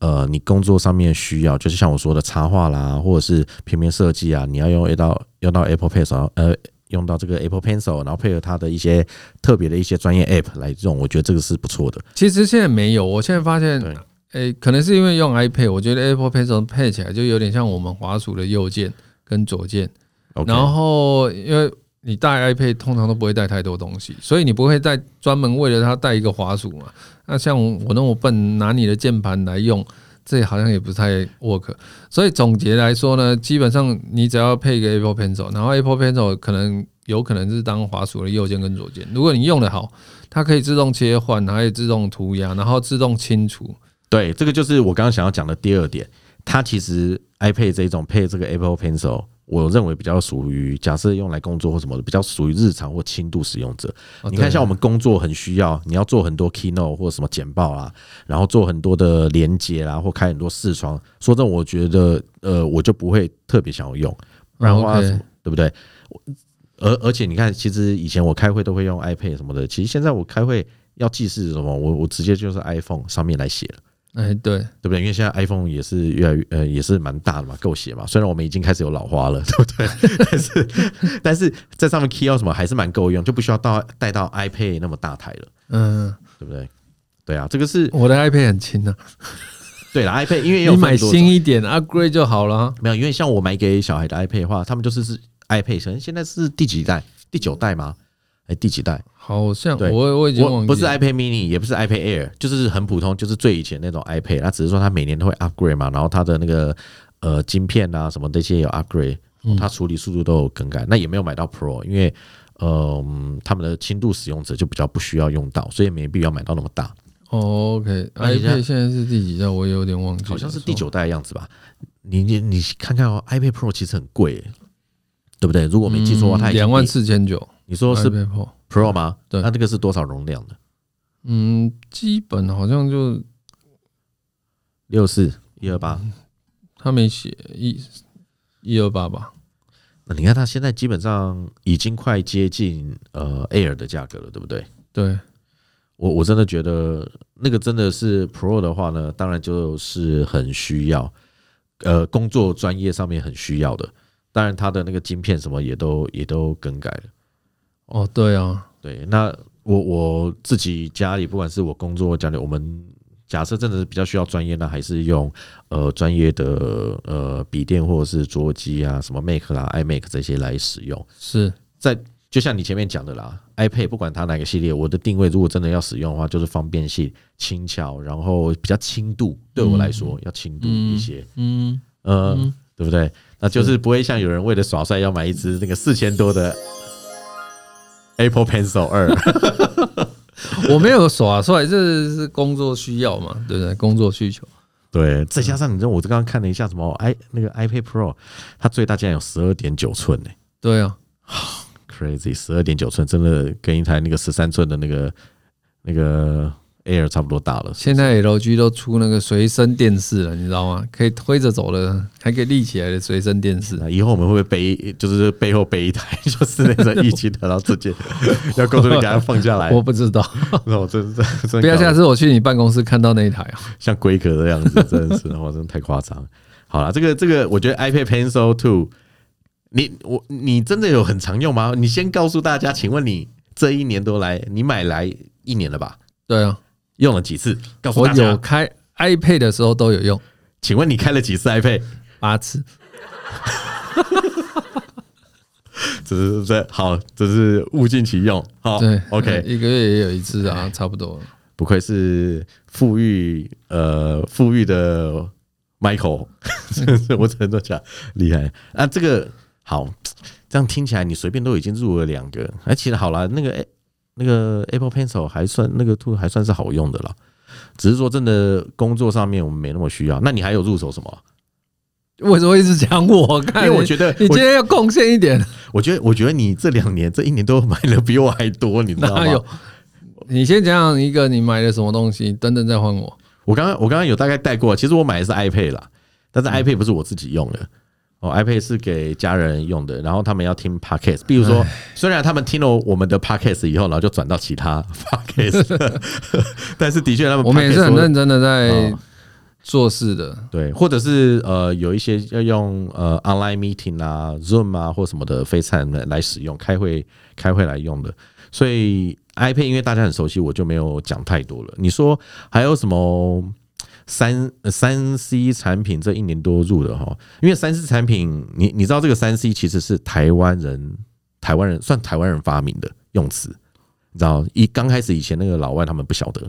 [SPEAKER 1] 呃，你工作上面的需要，就是像我说的插画啦，或者是平面设计啊，你要用到用到 Apple Pencil，呃，用到这个 Apple Pencil，然后配合它的一些特别的一些专业 App 来用，我觉得这个是不错的。
[SPEAKER 2] 其实现在没有，我现在发现
[SPEAKER 1] 对，
[SPEAKER 2] 诶、可能是因为用 iPad，我觉得 Apple Pencil 配起来就有点像我们滑鼠的右键跟左键。
[SPEAKER 1] OK，
[SPEAKER 2] 然后因为你带 iPad 通常都不会带太多东西，所以你不会带专门为了它带一个滑鼠嘛。那像我那么笨，拿你的键盘来用，这好像也不太 work。所以总结来说呢，基本上你只要配一个 Apple Pencil，然后 Apple Pencil 可能有可能是当滑鼠的右键跟左键。如果你用的好，它可以自动切换，它可以自动涂鸦，然后自动清除。
[SPEAKER 1] 对，这个就是我刚刚想要讲的第二点。它其实 iPad 这一种配这个 Apple Pencil，我认为比较属于假设用来工作或什么的，比较属于日常或轻度使用者。
[SPEAKER 2] 哦
[SPEAKER 1] 你看，
[SPEAKER 2] 对
[SPEAKER 1] 像我们工作很需要，你要做很多 keynote 或什么简报啊，然后做很多的连接啦，或开很多视窗。说真的，我觉得呃，我就不会特别想要用，不然的话，
[SPEAKER 2] 哦 OK
[SPEAKER 1] 什么对不对？我而而且你看，其实以前我开会都会用 iPad 什么的，其实现在我开会要记事什么，我我直接就是 iPhone 上面来写了。
[SPEAKER 2] 哎，对，
[SPEAKER 1] 对不对？因为现在 iPhone 也是越来越呃也是蛮大的嘛，够写嘛。虽然我们已经开始有老花了，对 *laughs* 不对？但是但是在上面 key 要什么还是蛮够用，就不需要到带到 iPad 那么大台了，
[SPEAKER 2] 嗯，
[SPEAKER 1] 对不对？对啊，这个是
[SPEAKER 2] 我的 iPad 很轻啊，
[SPEAKER 1] 对啦 i p a d 因为也有
[SPEAKER 2] 你买
[SPEAKER 1] 分多种
[SPEAKER 2] 新一点 upgrade 就好了啊。
[SPEAKER 1] 没有？因为像我买给小孩的 iPad 的话，他们就是是 iPad，可能现在是第几代？第九代吗？哎，第几代？
[SPEAKER 2] 好像
[SPEAKER 1] 对
[SPEAKER 2] 我我已经忘
[SPEAKER 1] 我
[SPEAKER 2] 记
[SPEAKER 1] 不是
[SPEAKER 2] 了
[SPEAKER 1] iPad mini，也不是 iPad Air，就是很普通，就是最以前那种 iPad。它只是说它每年都会 upgrade 嘛，然后它的那个呃晶片啊什么这些也有 upgrade，它
[SPEAKER 2] 嗯
[SPEAKER 1] 处理速度都有更改。那也没有买到 Pro，因为呃嗯他们的轻度使用者就比较不需要用到，所以也没必要买到那么大，
[SPEAKER 2] 哦，OK，
[SPEAKER 1] 那你现在
[SPEAKER 2] iPad 现在是第几代？我有点忘记了，
[SPEAKER 1] 好像是第九代的样子吧。你你你看看哦，iPad Pro 其实很贵耶，对不对？如果我没记错的话，它已经
[SPEAKER 2] 嗯两万四千九，
[SPEAKER 1] 你说是
[SPEAKER 2] iPad Pro
[SPEAKER 1] Pro 吗？
[SPEAKER 2] 对
[SPEAKER 1] 那这个是多少容量的？
[SPEAKER 2] 嗯，基本好像就
[SPEAKER 1] 六四一二八。
[SPEAKER 2] 他没写一一二八吧，
[SPEAKER 1] 那你看它现在基本上已经快接近呃 Air 的价格了，对不对？
[SPEAKER 2] 对，
[SPEAKER 1] 我我真的觉得那个真的是 Pro 的话呢，当然就是很需要，呃，工作专业上面很需要的。当然，它的那个晶片什么也都也都更改了。
[SPEAKER 2] 哦，对啊，
[SPEAKER 1] 对，那我我自己家里，不管是我工作家里，我们假设真的是比较需要专业，那还是用呃专业的呃笔电或者是桌机啊，什么 Mac 啦、iMac 这些来使用。
[SPEAKER 2] 是
[SPEAKER 1] 在就像你前面讲的啦，iPad 不管它哪个系列，我的定位如果真的要使用的话，就是方便性、轻巧，然后比较轻度，对我来说、要轻度一些，
[SPEAKER 2] 嗯，
[SPEAKER 1] 呃，对不对？那就是不会像有人为了耍帅要买一支那个四千多的 Apple Pencil 二，
[SPEAKER 2] 我没有耍帅，这是工作需要嘛，对不对？工作需求，
[SPEAKER 1] 对，再加上你知道我刚刚看了一下什么 i 那个 iPad Pro，它最大竟然有十二点九寸呢
[SPEAKER 2] 对啊，
[SPEAKER 1] ，crazy，十二点九寸真的跟一台那个十三寸的那个那个 Air 差不多大了。
[SPEAKER 2] 现在 LG 都出那个随身电视了，你知道吗？可以推着走的，还可以立起来的随身电视，
[SPEAKER 1] 那以后我们会不会背，就是背后背一台， *laughs* 就是那种疫情的，然后直接要工作就给它放下来
[SPEAKER 2] 我。不知道，
[SPEAKER 1] 那我真真真
[SPEAKER 2] 不要
[SPEAKER 1] 搞
[SPEAKER 2] 下次我去你办公室看到那一台啊。
[SPEAKER 1] 像龟壳的样子，真的是，我真的太夸张。好了，这个这个，我觉得 iPad Pencil Two，你我你真的有很常用吗？你先告诉大家，请问你这一年多来，你买来一年了吧？
[SPEAKER 2] 对啊，
[SPEAKER 1] 用了几次？告诉
[SPEAKER 2] 我
[SPEAKER 1] 大
[SPEAKER 2] 有
[SPEAKER 1] 家，
[SPEAKER 2] 开 iPad 的时候都有用
[SPEAKER 1] 请问你开了几次 iPad？
[SPEAKER 2] 八次，
[SPEAKER 1] 这是这好，这是物尽其用。好，
[SPEAKER 2] 对
[SPEAKER 1] 哦 OK，
[SPEAKER 2] *laughs* 一个月也有一次啊，差不多。
[SPEAKER 1] 不愧是富裕呃富裕的 Michael，真 *laughs* 是我只能这么讲，厉害啊！这个好，这样听起来你随便都已经入了两个，哎、其实好啦，那个 A- 那个 Apple Pencil 还算那个 Two 还算是好用的啦，只是说真的工作上面我们没那么需要。那你还有入手什么？
[SPEAKER 2] 为什么一直讲我？ *laughs* 看
[SPEAKER 1] 因为我觉得
[SPEAKER 2] 你
[SPEAKER 1] 我
[SPEAKER 2] 今天要贡献一点，
[SPEAKER 1] 我觉得，我觉得你这两年这一年都买的比我还多，你知道吗
[SPEAKER 2] 哪？有？你先讲讲一个你买的什么东西，等等再换我。
[SPEAKER 1] 我刚刚我刚刚有大概带过，其实我买的是 iPad 啦，但是
[SPEAKER 2] 嗯
[SPEAKER 1] iPad 不是我自己用的。哦，iPad 是给家人用的，然后他们要听 podcast，比如说，虽然他们听了我们的 podcast 以后，然后就转到其他 *laughs*
[SPEAKER 2] *laughs*
[SPEAKER 1] podcast，但是的确他们
[SPEAKER 2] 我们也是很
[SPEAKER 1] podcast 说
[SPEAKER 2] 认真的在
[SPEAKER 1] 哦
[SPEAKER 2] 做事的，
[SPEAKER 1] 对，或者是呃有一些要用呃 online meeting 啊、Zoom 啊或什么的 FaceTime 来来使用，开会开会来用的。所以 iPad 因为大家很熟悉，我就没有讲太多了。你说还有什么三呃三 C 产品这一年多入的哈？因为三 C 产品，你你知道这个三 C 其实是台湾人台湾人算台湾人发明的用词，你知道一刚开始以前那个老外他们不晓得，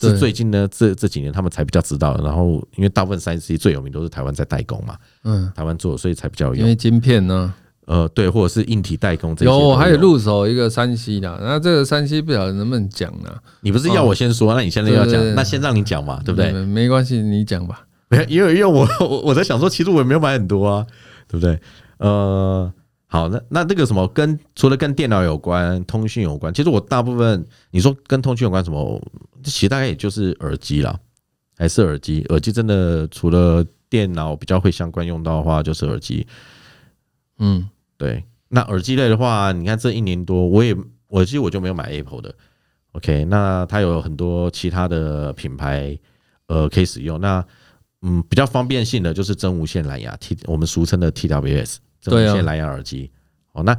[SPEAKER 1] 是
[SPEAKER 2] 对
[SPEAKER 1] 最近呢这这几年他们才比较知道。然后因为大部分三 C 最有名都是台湾在代工嘛，
[SPEAKER 2] 嗯，
[SPEAKER 1] 台湾做，所以才比较有
[SPEAKER 2] 因
[SPEAKER 1] 用。
[SPEAKER 2] 为晶片呢，
[SPEAKER 1] 呃，对，或者是硬体代工这些
[SPEAKER 2] 有
[SPEAKER 1] 都
[SPEAKER 2] 我还有，入手一个山西的，那这个山西不晓得能不能讲呢？
[SPEAKER 1] 你不是要我先说，那你现在要
[SPEAKER 2] 嗯对对
[SPEAKER 1] 讲，
[SPEAKER 2] 对嗯
[SPEAKER 1] 那先让你讲嘛，对不对？
[SPEAKER 2] 没？没关系，你讲吧。
[SPEAKER 1] 没有，因为因为我我我在想说，其实我也没有买很多啊，对不对？呃，好，那那这个什么跟除了跟电脑有关、通讯有关，其实我大部分你说跟通讯有关什么，其实大概也就是耳机啦，还是耳机。耳机真的除了电脑比较会相关用到的话，就是耳机。
[SPEAKER 2] 嗯，
[SPEAKER 1] 对，那耳机类的话，你看这一年多，我也我其实我就没有买 Apple 的。OK，那它有很多其他的品牌，呃，可以使用。那嗯，比较方便性的就是真无线蓝牙 T，我们俗称的 TWS 真
[SPEAKER 2] 对
[SPEAKER 1] 无
[SPEAKER 2] 啊
[SPEAKER 1] 线蓝牙耳机。哦，那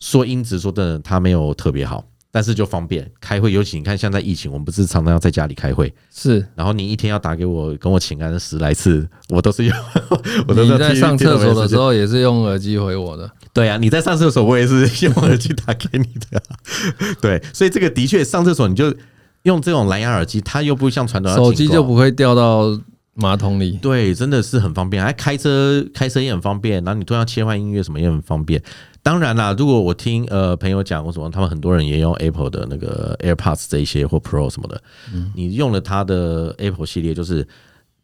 [SPEAKER 1] 说音质，说真的，它没有特别好，但是就方便开会。尤其你看，像在疫情，我们不是常常要在家里开会，
[SPEAKER 2] 是
[SPEAKER 1] 然后你一天要打给我跟我请安十来次，我都是用， *laughs* 我都是
[SPEAKER 2] 你
[SPEAKER 1] 用
[SPEAKER 2] 在
[SPEAKER 1] T-
[SPEAKER 2] 上厕所
[SPEAKER 1] TWS
[SPEAKER 2] 的时候也是用耳机回我的，
[SPEAKER 1] 对啊，你在上厕所，我也是用耳机打给你的
[SPEAKER 2] *laughs*
[SPEAKER 1] 啊、对，所以这个的确上厕所你就用这种蓝牙耳机，它又不像传统的
[SPEAKER 2] 手机
[SPEAKER 1] 警告
[SPEAKER 2] 就不会掉到马桶里。
[SPEAKER 1] 对，真的是很方便。哎，开车开车也很方便，然后你突然要切换音乐什么也很方便。当然啦，如果我听呃朋友讲或什么，他们很多人也用 Apple 的那个 AirPods 这一些或 Pro 什么的，
[SPEAKER 2] 嗯
[SPEAKER 1] 你用了它的 Apple 系列，就是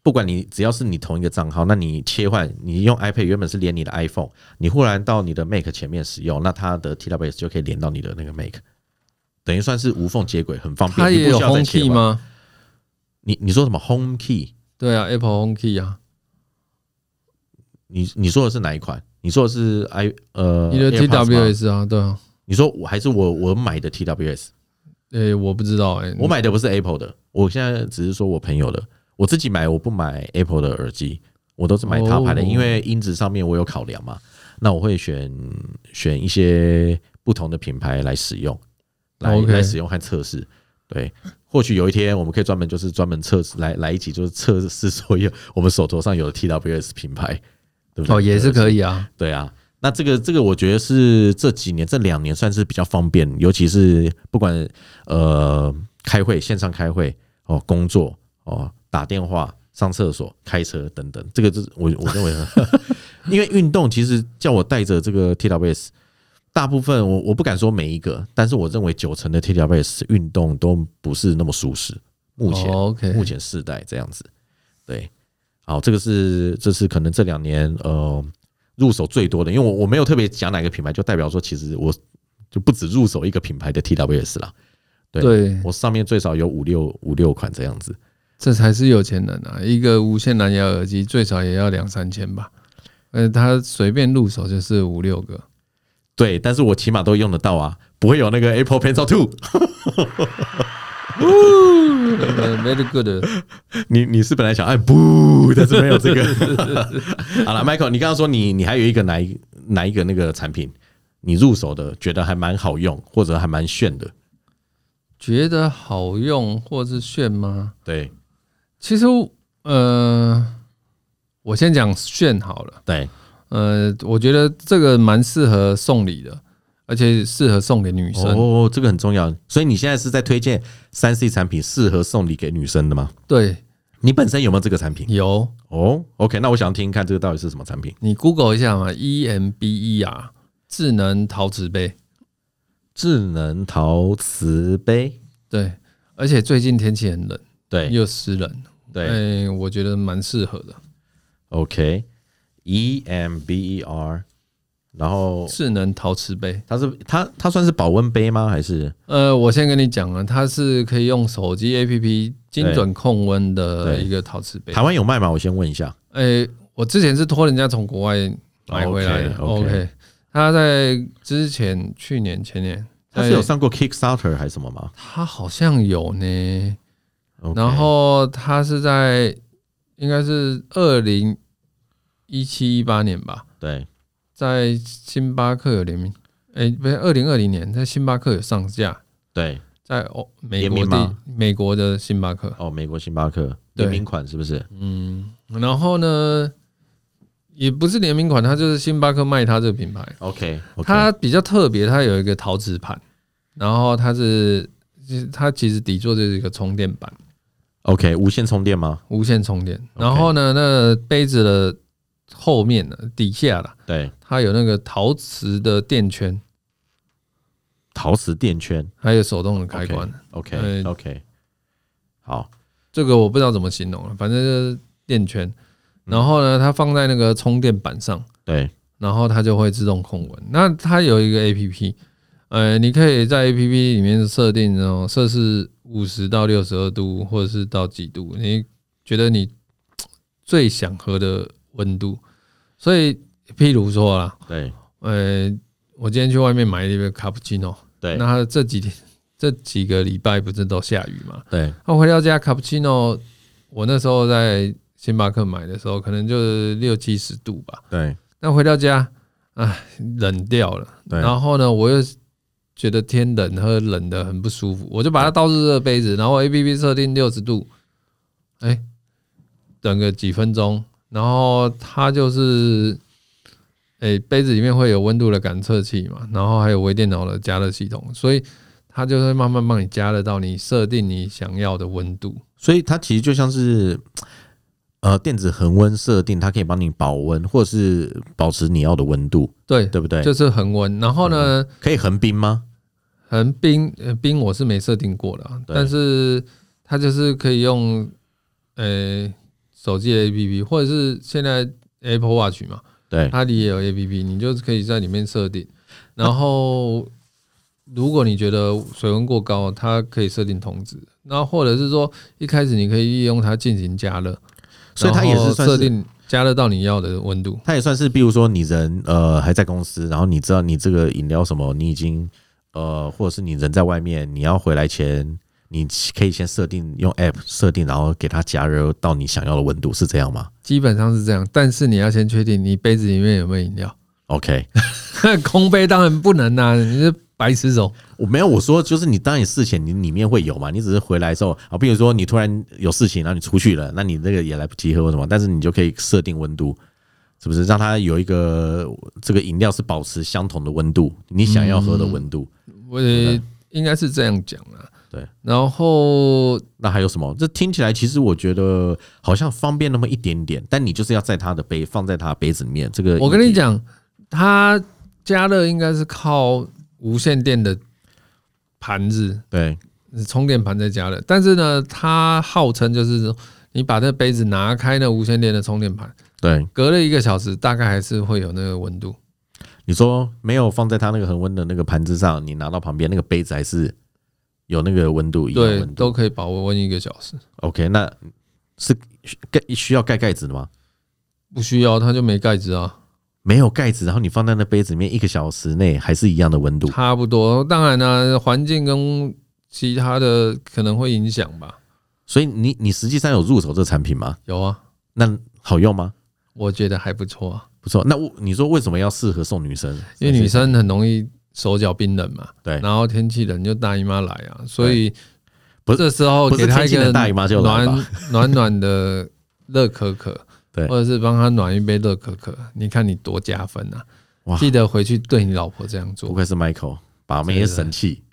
[SPEAKER 1] 不管你只要是你同一个账号，那你切换你用 iPad 原本是连你的 iPhone，你忽然到你的 Mac 前面使用，那它的 TWS 就可以连到你的那个 Mac。等于算是无缝接轨，很方便。
[SPEAKER 2] 它
[SPEAKER 1] 你
[SPEAKER 2] 也
[SPEAKER 1] 不
[SPEAKER 2] 有
[SPEAKER 1] 需要再
[SPEAKER 2] Home
[SPEAKER 1] 切
[SPEAKER 2] Key
[SPEAKER 1] 换？
[SPEAKER 2] 吗？
[SPEAKER 1] 你你说什么 Home Key？
[SPEAKER 2] 对啊，Apple Home Key 啊，
[SPEAKER 1] 你你说的是哪一款？你说的是 i 呃
[SPEAKER 2] 你的
[SPEAKER 1] AirPods 吗
[SPEAKER 2] TWS 啊，对啊。
[SPEAKER 1] 你说我还是我我买的 TWS？
[SPEAKER 2] 诶，我不知道诶，
[SPEAKER 1] 我买的不是 Apple 的，我现在只是说我朋友的，我自己买我不买 Apple 的耳机，我都是买他牌的，
[SPEAKER 2] 哦
[SPEAKER 1] 因为音质上面我有考量嘛。那我会选选一些不同的品牌来使用，来
[SPEAKER 2] 哦 OK
[SPEAKER 1] 来使用和测试。对，或许有一天我们可以专门就是专门测试来来一起就是测试所有我们手头上有的 TWS 品牌，对不对？
[SPEAKER 2] 哦也是可以啊，
[SPEAKER 1] 对啊，那这个这个我觉得是这几年这两年算是比较方便，尤其是不管呃开会、线上开会哦、工作哦、打电话、上厕所、开车等等，这个就是我我认为很， *laughs* 因为运动其实叫我带着这个 TWS。大部分我我不敢说每一个，但是我认为九成的 TWS 运动都不是那么舒适。目前、
[SPEAKER 2] 哦 OK
[SPEAKER 1] 目前世代这样子，对，好，这个是这是可能这两年呃入手最多的，因为我我没有特别讲哪个品牌，就代表说其实我就不止入手一个品牌的 TWS 啦，对
[SPEAKER 2] 对，
[SPEAKER 1] 我上面最少有五六五六款这样子。
[SPEAKER 2] 这才是有钱人啊！一个无线蓝牙耳机最少也要两三千吧，呃，他随便入手就是五
[SPEAKER 1] *laughs*
[SPEAKER 2] 六个。
[SPEAKER 1] 对，但是我起码都用得到啊，不会有那个 Apple Pencil Two。 *laughs*
[SPEAKER 2] 呃 Very good，
[SPEAKER 1] 你你是本来想哎不，但是没有这个。 *laughs* 好了，Michael，你刚刚说你你还有一个哪一哪一个那个产品，你入手的觉得还蛮好用，或者还蛮炫的。
[SPEAKER 2] 觉得好用或是炫吗？
[SPEAKER 1] 对
[SPEAKER 2] 其实，呃，我先讲炫好了。
[SPEAKER 1] 对，
[SPEAKER 2] 呃，我觉得这个蛮适合送礼的，而且适合送给女生。
[SPEAKER 1] 哦，这个很重要。所以你现在是在推荐三 C 产品适合送礼给女生的吗？
[SPEAKER 2] 对，
[SPEAKER 1] 你本身有没有这个产品？
[SPEAKER 2] 有
[SPEAKER 1] 哦，OK，那我想听听看这个到底是什么产品？
[SPEAKER 2] 你 Google 一下嘛，EMBE ，E 啊，智能陶瓷杯。
[SPEAKER 1] 智能陶瓷杯，
[SPEAKER 2] 对，而且最近天气很冷，
[SPEAKER 1] 对
[SPEAKER 2] 又湿冷，哎、
[SPEAKER 1] 对
[SPEAKER 2] 我觉得蛮适合的。
[SPEAKER 1] ，OK，E M B E R，然后
[SPEAKER 2] 智能陶瓷杯，
[SPEAKER 1] 它是它它算是保温杯吗？还是
[SPEAKER 2] 呃，我先跟你讲啊，它是可以用手机 APP 精准控温的
[SPEAKER 1] 对
[SPEAKER 2] 一个陶瓷杯
[SPEAKER 1] 台。湾有卖吗？我先问一下。
[SPEAKER 2] 哎、我之前是托人家从国外买回来的。
[SPEAKER 1] 哦 OK，OK
[SPEAKER 2] OK，他在之前去年前年，
[SPEAKER 1] 它是有
[SPEAKER 2] 在
[SPEAKER 1] 上过 Kickstarter 还是什么吗
[SPEAKER 2] 他好像有呢。
[SPEAKER 1] ？OK，
[SPEAKER 2] 然后他是在应该是二零一七一八年吧，
[SPEAKER 1] 对
[SPEAKER 2] 在星巴克有联名，哎、不是二零二零年在星巴克有上架，
[SPEAKER 1] 对
[SPEAKER 2] 在哦美
[SPEAKER 1] 联
[SPEAKER 2] 国
[SPEAKER 1] 名
[SPEAKER 2] 的
[SPEAKER 1] 吗
[SPEAKER 2] 美国的星巴克，
[SPEAKER 1] 哦，美国星巴克
[SPEAKER 2] 对
[SPEAKER 1] 联名款是不是？
[SPEAKER 2] 嗯，然后呢也不是联名款，它就是星巴克卖它这个品牌，
[SPEAKER 1] OK，
[SPEAKER 2] 它比较特别，它有一个陶瓷盘，然后它是其实它其实底座就是一个充电板。
[SPEAKER 1] OK 无线充电吗？
[SPEAKER 2] 无线充电。然后呢，那杯子的后面呢，底下啦，
[SPEAKER 1] 对，
[SPEAKER 2] 它有那个陶瓷的垫圈，
[SPEAKER 1] 陶瓷垫圈
[SPEAKER 2] 还有手动的开关。
[SPEAKER 1] OK
[SPEAKER 2] 呃
[SPEAKER 1] OK，好，
[SPEAKER 2] 这个我不知道怎么形容了，反正就是垫圈。然后呢，它放在那个充电板上，
[SPEAKER 1] 对
[SPEAKER 2] 然后它就会自动控温。那它有一个 A P P，呃，你可以在 A P P 里面设定哦，摄氏五十到六十二度，或者是到几度，你觉得你最想喝的温度。所以，譬如说啦，
[SPEAKER 1] 对
[SPEAKER 2] 呃，我今天去外面买了一杯卡布奇诺，
[SPEAKER 1] 对
[SPEAKER 2] 那这几天这几个礼拜不是都下雨嘛？
[SPEAKER 1] 对
[SPEAKER 2] 那回到家卡布奇诺，我那时候在星巴克买的时候，可能就是六七十度吧。
[SPEAKER 1] 对
[SPEAKER 2] 那回到家，唉，冷掉了。
[SPEAKER 1] 对
[SPEAKER 2] 然后呢，我又觉得天冷，喝冷的很不舒服，我就把它倒入热杯子，然后 A P P 设定六十度，哎、等个几分钟，然后它就是，哎、杯子里面会有温度的感测器嘛，然后还有微电脑的加热系统，所以它就会慢慢帮你加热到你设定你想要的温度。
[SPEAKER 1] 所以它其实就像是呃电子恒温设定，它可以帮你保温或是保持你要的温度，
[SPEAKER 2] 对，
[SPEAKER 1] 对不对？
[SPEAKER 2] 就是恒温。然后呢？
[SPEAKER 1] 可以横冰吗？
[SPEAKER 2] 横冰呃冰我是没设定过的啊，
[SPEAKER 1] 对
[SPEAKER 2] 但是它就是可以用呃手机的 APP 或者是现在 Apple Watch 嘛，
[SPEAKER 1] 对
[SPEAKER 2] 它里也有 APP，你就是可以在里面设定。然后如果你觉得水温过高，它可以设定通知。那或者是说一开始你可以利用它进行加热，
[SPEAKER 1] 所以它也
[SPEAKER 2] 然后
[SPEAKER 1] 是算
[SPEAKER 2] 设
[SPEAKER 1] 是。
[SPEAKER 2] 定加热到你要的温度。
[SPEAKER 1] 它也算是，比如说你人呃还在公司，然后你知道你这个饮料什么，你已经呃，或者是你人在外面，你要回来前，你可以先设定用 app 设定，然后给它加热到你想要的温度，是这样吗
[SPEAKER 2] 基本上是这样，但是你要先确定你杯子里面有没有饮料。
[SPEAKER 1] ？OK， *laughs*
[SPEAKER 2] *laughs* 空杯当然不能啦、你是白痴哦种。
[SPEAKER 1] 我没有我说就是你当你事前你里面会有嘛，你只是回来之后啊，比如说你突然有事情，然后你出去了，那你那个也来不及喝什么，但是你就可以设定温度。是不是让它有一个这个饮料是保持相同的温度，你想要喝的温度？
[SPEAKER 2] 我也应该是这样讲啦。
[SPEAKER 1] 对，
[SPEAKER 2] 然后
[SPEAKER 1] 那还有什么？这听起来其实我觉得好像方便那么一点点，但你就是要在他的杯放在他的杯子里面。这个
[SPEAKER 2] 我跟你，讲，它加热应该是靠无线电的盘子，
[SPEAKER 1] 对
[SPEAKER 2] 充电盘在加热。但是呢，它号称就是你把这杯子拿开那无线电的充电盘，
[SPEAKER 1] 对，
[SPEAKER 2] 隔了一个小时，大概还是会有那个温度。
[SPEAKER 1] 你说没有放在他那个恒温的那个盘子上，你拿到旁边那个杯子还是有那个温度一样的
[SPEAKER 2] 对，
[SPEAKER 1] 温
[SPEAKER 2] 都
[SPEAKER 1] 度。
[SPEAKER 2] 可以保温一个小时，
[SPEAKER 1] OK，那是盖需要盖盖子的吗？
[SPEAKER 2] 不需要它就没盖子啊。
[SPEAKER 1] 没有盖子，然后你放在那杯子里面一个小时内还是一样的温度。
[SPEAKER 2] 差不多，当然呢、环境跟其他的可能会影响吧。
[SPEAKER 1] 所以你你实际上有入手这产品吗？
[SPEAKER 2] 有啊，
[SPEAKER 1] 那好用吗？
[SPEAKER 2] 我觉得还不错啊，
[SPEAKER 1] 不错。那我你说为什么要适合送女生？
[SPEAKER 2] 因为女生很容易手脚冰冷嘛，
[SPEAKER 1] 对
[SPEAKER 2] 然后天气冷就大姨妈来啊，所以
[SPEAKER 1] 不是
[SPEAKER 2] 这时候
[SPEAKER 1] 不是
[SPEAKER 2] 给她
[SPEAKER 1] 天
[SPEAKER 2] 一
[SPEAKER 1] 气
[SPEAKER 2] 个
[SPEAKER 1] 冷大姨妈就来吧
[SPEAKER 2] 暖暖暖
[SPEAKER 1] *laughs*
[SPEAKER 2] 的热可可，
[SPEAKER 1] 对
[SPEAKER 2] 或者是帮她暖一杯热可可，你看你多加分啊！
[SPEAKER 1] 哇
[SPEAKER 2] 记得回去对你老婆这样
[SPEAKER 1] 不
[SPEAKER 2] 做。
[SPEAKER 1] 愧是 Michael，把妹神器。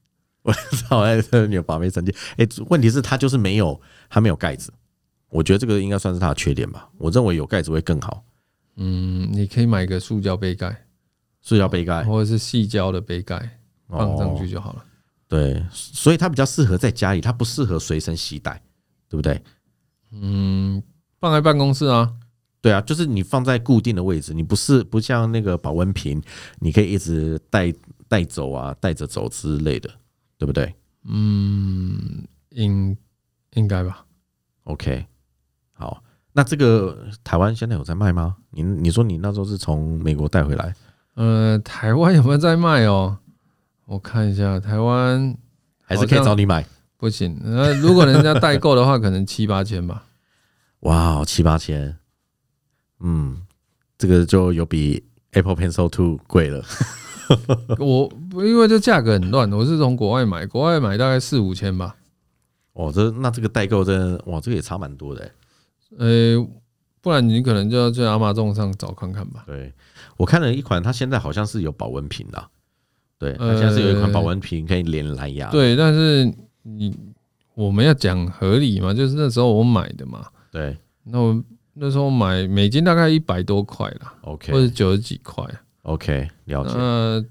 [SPEAKER 1] 我操，哎，你有把妹神器？哎、问题是它就是没有，它没有盖子。我觉得这个应该算是它的缺点吧。我认为有盖子会更好，
[SPEAKER 2] 嗯，你可以买个塑胶杯盖，
[SPEAKER 1] 塑料杯盖
[SPEAKER 2] 或者是细胶的杯盖哦放上去
[SPEAKER 1] 哎哦。
[SPEAKER 2] 就好了。
[SPEAKER 1] 对，所以它比较适合在家里，它不适合随身携带，对不对？
[SPEAKER 2] 嗯，放在办公室啊，
[SPEAKER 1] 对啊，就是你放在固定的位置，你不是不像那个保温瓶，你可以一直带带走啊，带着走之类的，对不对
[SPEAKER 2] 嗯，应应该吧。
[SPEAKER 1] ？OK，好，那这个台湾现在有在卖吗？你你说你那时候是从美国带回来，
[SPEAKER 2] 呃，台湾有没有在卖哦？我看一下，台湾
[SPEAKER 1] 还是可以
[SPEAKER 2] 好像
[SPEAKER 1] 找你买？
[SPEAKER 2] 不行。呃，如果人家代购的话，可能七八千吧。
[SPEAKER 1] 哇，七八千，嗯，这个就有比 Apple Pencil Two 贵了。
[SPEAKER 2] 我因为这价格很乱，我是从国外买，国外买大概四五千吧。
[SPEAKER 1] 哦，这那这个代购真的，哇，这个也差蛮多的欸、
[SPEAKER 2] 呃，不然你可能就要去阿玛众上找看看吧。
[SPEAKER 1] 对，我看了一款，它现在好像是有保温瓶的啊，对，它现在是有一款保温瓶可以连蓝牙的。
[SPEAKER 2] 呃对，但是你我们要讲合理嘛，就是那时候我买的嘛，
[SPEAKER 1] 对
[SPEAKER 2] 那我那时候买美金大概一百多块啦，或者
[SPEAKER 1] ，OK
[SPEAKER 2] 九十几块。
[SPEAKER 1] OK，了解。
[SPEAKER 2] 那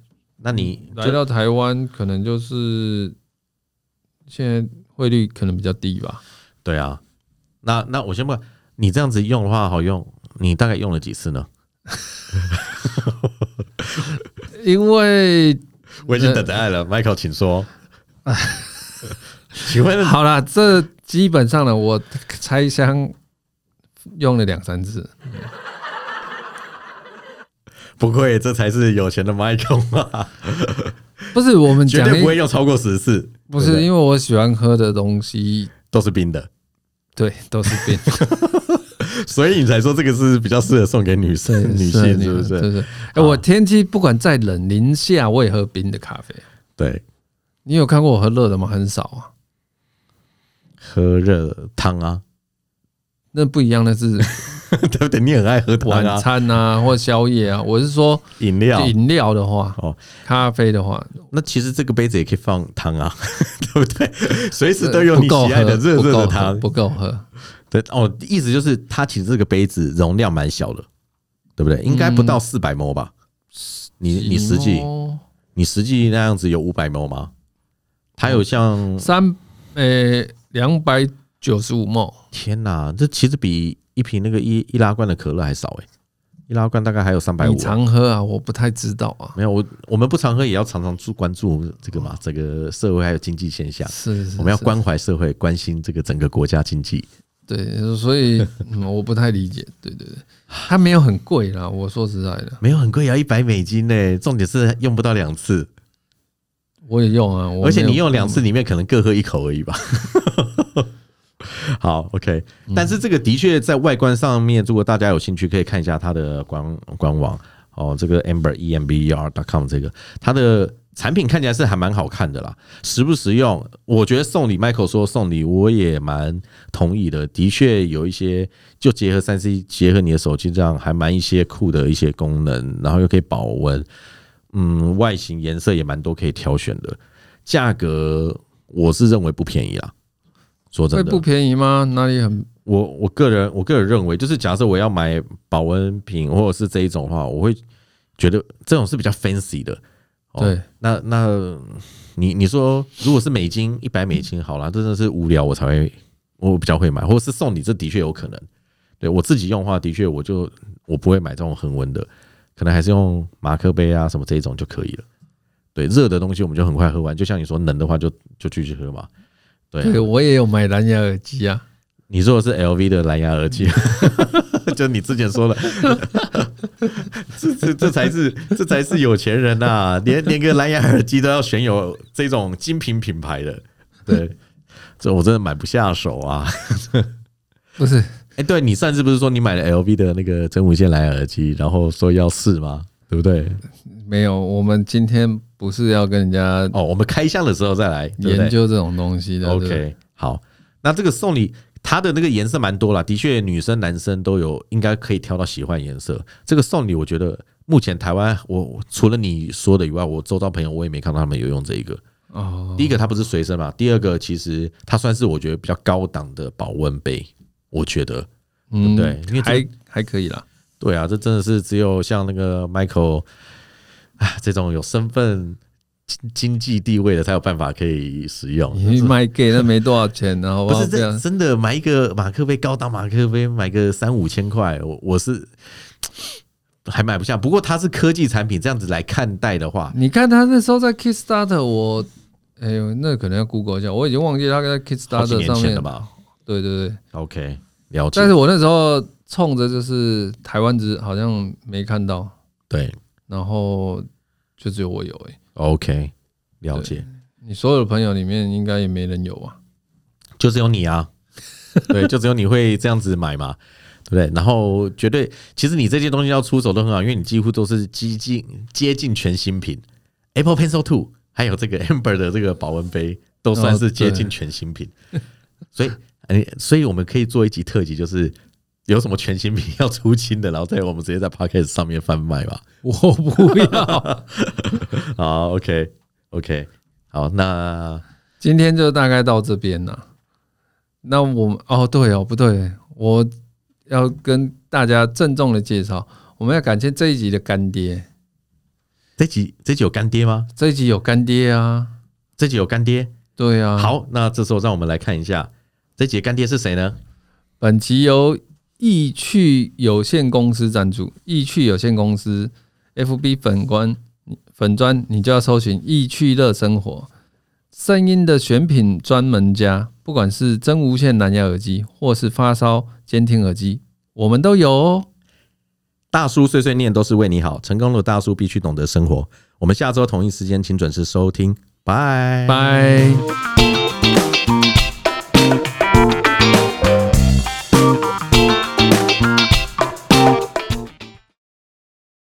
[SPEAKER 1] 那你
[SPEAKER 2] 来到台湾，可能就是现在汇率可能比较低吧。
[SPEAKER 1] 对啊，那那我先问你，这样子用的话好用，你大概用了几次呢？
[SPEAKER 2] 因为
[SPEAKER 1] 我已
[SPEAKER 2] 呃
[SPEAKER 1] 经等答案了，Michael，请
[SPEAKER 2] *laughs*
[SPEAKER 1] 说。请问
[SPEAKER 2] 好啦，这基本上呢，我拆箱用了两三次。
[SPEAKER 1] 不会，这才是有钱的 Michael 吗？
[SPEAKER 2] 不是我们讲一，
[SPEAKER 1] 用超过十次，对不
[SPEAKER 2] 不是
[SPEAKER 1] 对
[SPEAKER 2] 因为我喜欢喝的东西，
[SPEAKER 1] 都是冰的，
[SPEAKER 2] 对，都是 *laughs* 冰，
[SPEAKER 1] 所以你才说这个是比较适合送给女生
[SPEAKER 2] 对，的就是，哎，我天气不管再冷，零下我也喝冰的咖啡。
[SPEAKER 1] 对，
[SPEAKER 2] 你有看过我喝热的吗？很少啊，
[SPEAKER 1] 喝热汤啊，
[SPEAKER 2] 那不一样，那是
[SPEAKER 1] *laughs* 对不对？你很爱喝
[SPEAKER 2] *laughs*
[SPEAKER 1] 汤
[SPEAKER 2] 晚
[SPEAKER 1] 啊，
[SPEAKER 2] 餐啊或宵夜啊。我是说
[SPEAKER 1] 饮料。
[SPEAKER 2] 饮料的话，
[SPEAKER 1] 哦，
[SPEAKER 2] 咖啡的话，
[SPEAKER 1] 那其实这个杯子也可以放汤啊， *laughs* 对不
[SPEAKER 2] *laughs*
[SPEAKER 1] 对？随时都有你
[SPEAKER 2] 呃不够
[SPEAKER 1] 喜爱的
[SPEAKER 2] 喝
[SPEAKER 1] 热
[SPEAKER 2] 不
[SPEAKER 1] 热
[SPEAKER 2] 够
[SPEAKER 1] 的
[SPEAKER 2] 喝
[SPEAKER 1] 汤。
[SPEAKER 2] 不够喝，
[SPEAKER 1] 对哦，意思就是它其实这个杯子容量蛮小的，对不
[SPEAKER 2] 嗯
[SPEAKER 1] 对？应该不到四百 ml 吧？你你实际你实际那样子有五百 ml 吗？它有像
[SPEAKER 2] 三呃两百九十五毛，
[SPEAKER 1] 天哪，这其实比一瓶那个易易拉罐的可乐还少哎、易拉罐大概还有三百
[SPEAKER 2] 你
[SPEAKER 1] 五。
[SPEAKER 2] 常喝啊？我不太知道啊。
[SPEAKER 1] 没有我我们不常喝，也要常常注关注这个嘛，这个社会还有经济现象。
[SPEAKER 2] 是是
[SPEAKER 1] 我们要
[SPEAKER 2] 嗯是
[SPEAKER 1] 关怀社会，关心这个整个国家经济。
[SPEAKER 2] 对，所以、嗯、我不太理解。 *laughs* 对对对，它没有很贵啦。我说实在的，
[SPEAKER 1] 没有很贵，也要啊一百美金呢、重点是用不到两次，
[SPEAKER 2] 我也用啊。我
[SPEAKER 1] 而且
[SPEAKER 2] 没有
[SPEAKER 1] 你用两次，里面可能各喝一口而已吧。 *laughs* 好，OK。但
[SPEAKER 2] 嗯
[SPEAKER 1] 是这个的确在外观上面，如果大家有兴趣，可以看一下它的官官网哦。这个 amber e m b e r dot com 这个它的产品看起来是还蛮好看的啦，实不实用？我觉得送礼，Michael 说送礼，我也蛮同意的。的确有一些，就结合三 C，结合你的手机，这样还蛮一些酷的一些功能，然后又可以保温，嗯，外形颜色也蛮多可以挑选的。价格我是认为不便宜啦，说
[SPEAKER 2] 会
[SPEAKER 1] 真的
[SPEAKER 2] 不，便宜吗？哪里很
[SPEAKER 1] 我我个人我个人认为，就是假设我要买保温瓶或者是这一种的话，我会觉得这种是比较 fancy 的。哦
[SPEAKER 2] 对，
[SPEAKER 1] 那那你你说，如果是美金一百美金，好啦，真的是无聊我才会我比较会买，或者是送你，这的确有可能。对我自己用的话，的确我就我不会买这种恒温的，可能还是用马克杯啊什么这一种就可以了。对，热的东西我们就很快喝完，就像你说冷的话就就继续喝嘛。对啊，
[SPEAKER 2] 对我也有买蓝牙耳机啊。
[SPEAKER 1] 你说的是 LV 的蓝牙耳机， *laughs* 就你之前说的， *laughs* 这这这才是这才是有钱人呐、啊连连个蓝牙耳机都要选有这种精品品牌的，对，这我真的买不下手啊！
[SPEAKER 2] 不是，
[SPEAKER 1] 哎、对你上次不是说你买了 LV 的那个真无线蓝牙耳机，然后说要试吗？对不对？
[SPEAKER 2] 没有。我们今天不是要跟人家
[SPEAKER 1] 哦，我们开箱的时候再来对不对
[SPEAKER 2] 研究这种东西的。对
[SPEAKER 1] OK，好，那这个送礼它的那个颜色蛮多啦，的确女生男生都有，应该可以挑到喜欢颜色。这个送礼我觉得目前台湾，我我除了你说的以外，我周遭朋友我也没看到他们有用这一个。
[SPEAKER 2] 哦
[SPEAKER 1] 第一个它不是随身嘛，第二个其实它算是我觉得比较高档的保温杯，我觉得
[SPEAKER 2] 嗯
[SPEAKER 1] 对因为这
[SPEAKER 2] 还还可以啦。
[SPEAKER 1] 对啊，这真的是只有像那个 Michael 啊这种有身份、经经济地位的才有办法可以使用。
[SPEAKER 2] 你去卖 gay 那没多少钱啊，好
[SPEAKER 1] 不
[SPEAKER 2] 好？
[SPEAKER 1] 是
[SPEAKER 2] 这
[SPEAKER 1] 这
[SPEAKER 2] 样，
[SPEAKER 1] 真的买一个马克杯高档马克杯，买个三五千块，我我是还买不下。不过它是科技产品，这样子来看待的话，
[SPEAKER 2] 你看他那时候在 Kickstarter，我哎呦，那可能要 Google 一下，我已经忘记他在
[SPEAKER 1] 好几
[SPEAKER 2] Kickstarter
[SPEAKER 1] 年
[SPEAKER 2] 上
[SPEAKER 1] 前
[SPEAKER 2] 面
[SPEAKER 1] 了。吧
[SPEAKER 2] 对对对，
[SPEAKER 1] ？OK，了解
[SPEAKER 2] 但。是我那时候冲着就是台湾只好像没看到，
[SPEAKER 1] 对
[SPEAKER 2] 然后就只有我有哎、
[SPEAKER 1] ，OK，了解，
[SPEAKER 2] 你所有的朋友里面应该也没人有啊。
[SPEAKER 1] 就只有你
[SPEAKER 2] *laughs*
[SPEAKER 1] 啊，对，就只有你会这样子买嘛。对不对？然后绝对，其实你这些东西要出手都很好，因为你几乎都是接近接近全新品，Apple Pencil Two，还有这个 Amber 的这个保温杯，都算是接近全新品。
[SPEAKER 2] 哦
[SPEAKER 1] 所以，哎，所以我们可以做一集特辑，就是有什么全新品要出清的，然后在我们直接在 Podcast 上面贩卖吧。
[SPEAKER 2] 我不要，
[SPEAKER 1] *laughs* 好，OK，OK，、好，那
[SPEAKER 2] 今天就大概到这边了。那我们哦，对哦，不对，我要跟大家郑重的介绍，我们要感谢这一集的干爹，
[SPEAKER 1] 这集这集有干爹吗？
[SPEAKER 2] 这一集有干爹啊，
[SPEAKER 1] 这集有干爹。
[SPEAKER 2] 对啊。，
[SPEAKER 1] 好，那这时候让我们来看一下这集的干爹是谁呢？
[SPEAKER 2] 本集由易趣有限公司赞助，易趣有限公司 FB 粉官粉砖，你就要搜寻“易趣乐生活”，声音的选品专门家，不管是真无线蓝牙耳机或是发烧监听耳机，我们都有哦。
[SPEAKER 1] 大叔碎碎念都是为你好，成功的大叔必须懂得生活。我们下周同一时间请准时收听，拜
[SPEAKER 2] 拜。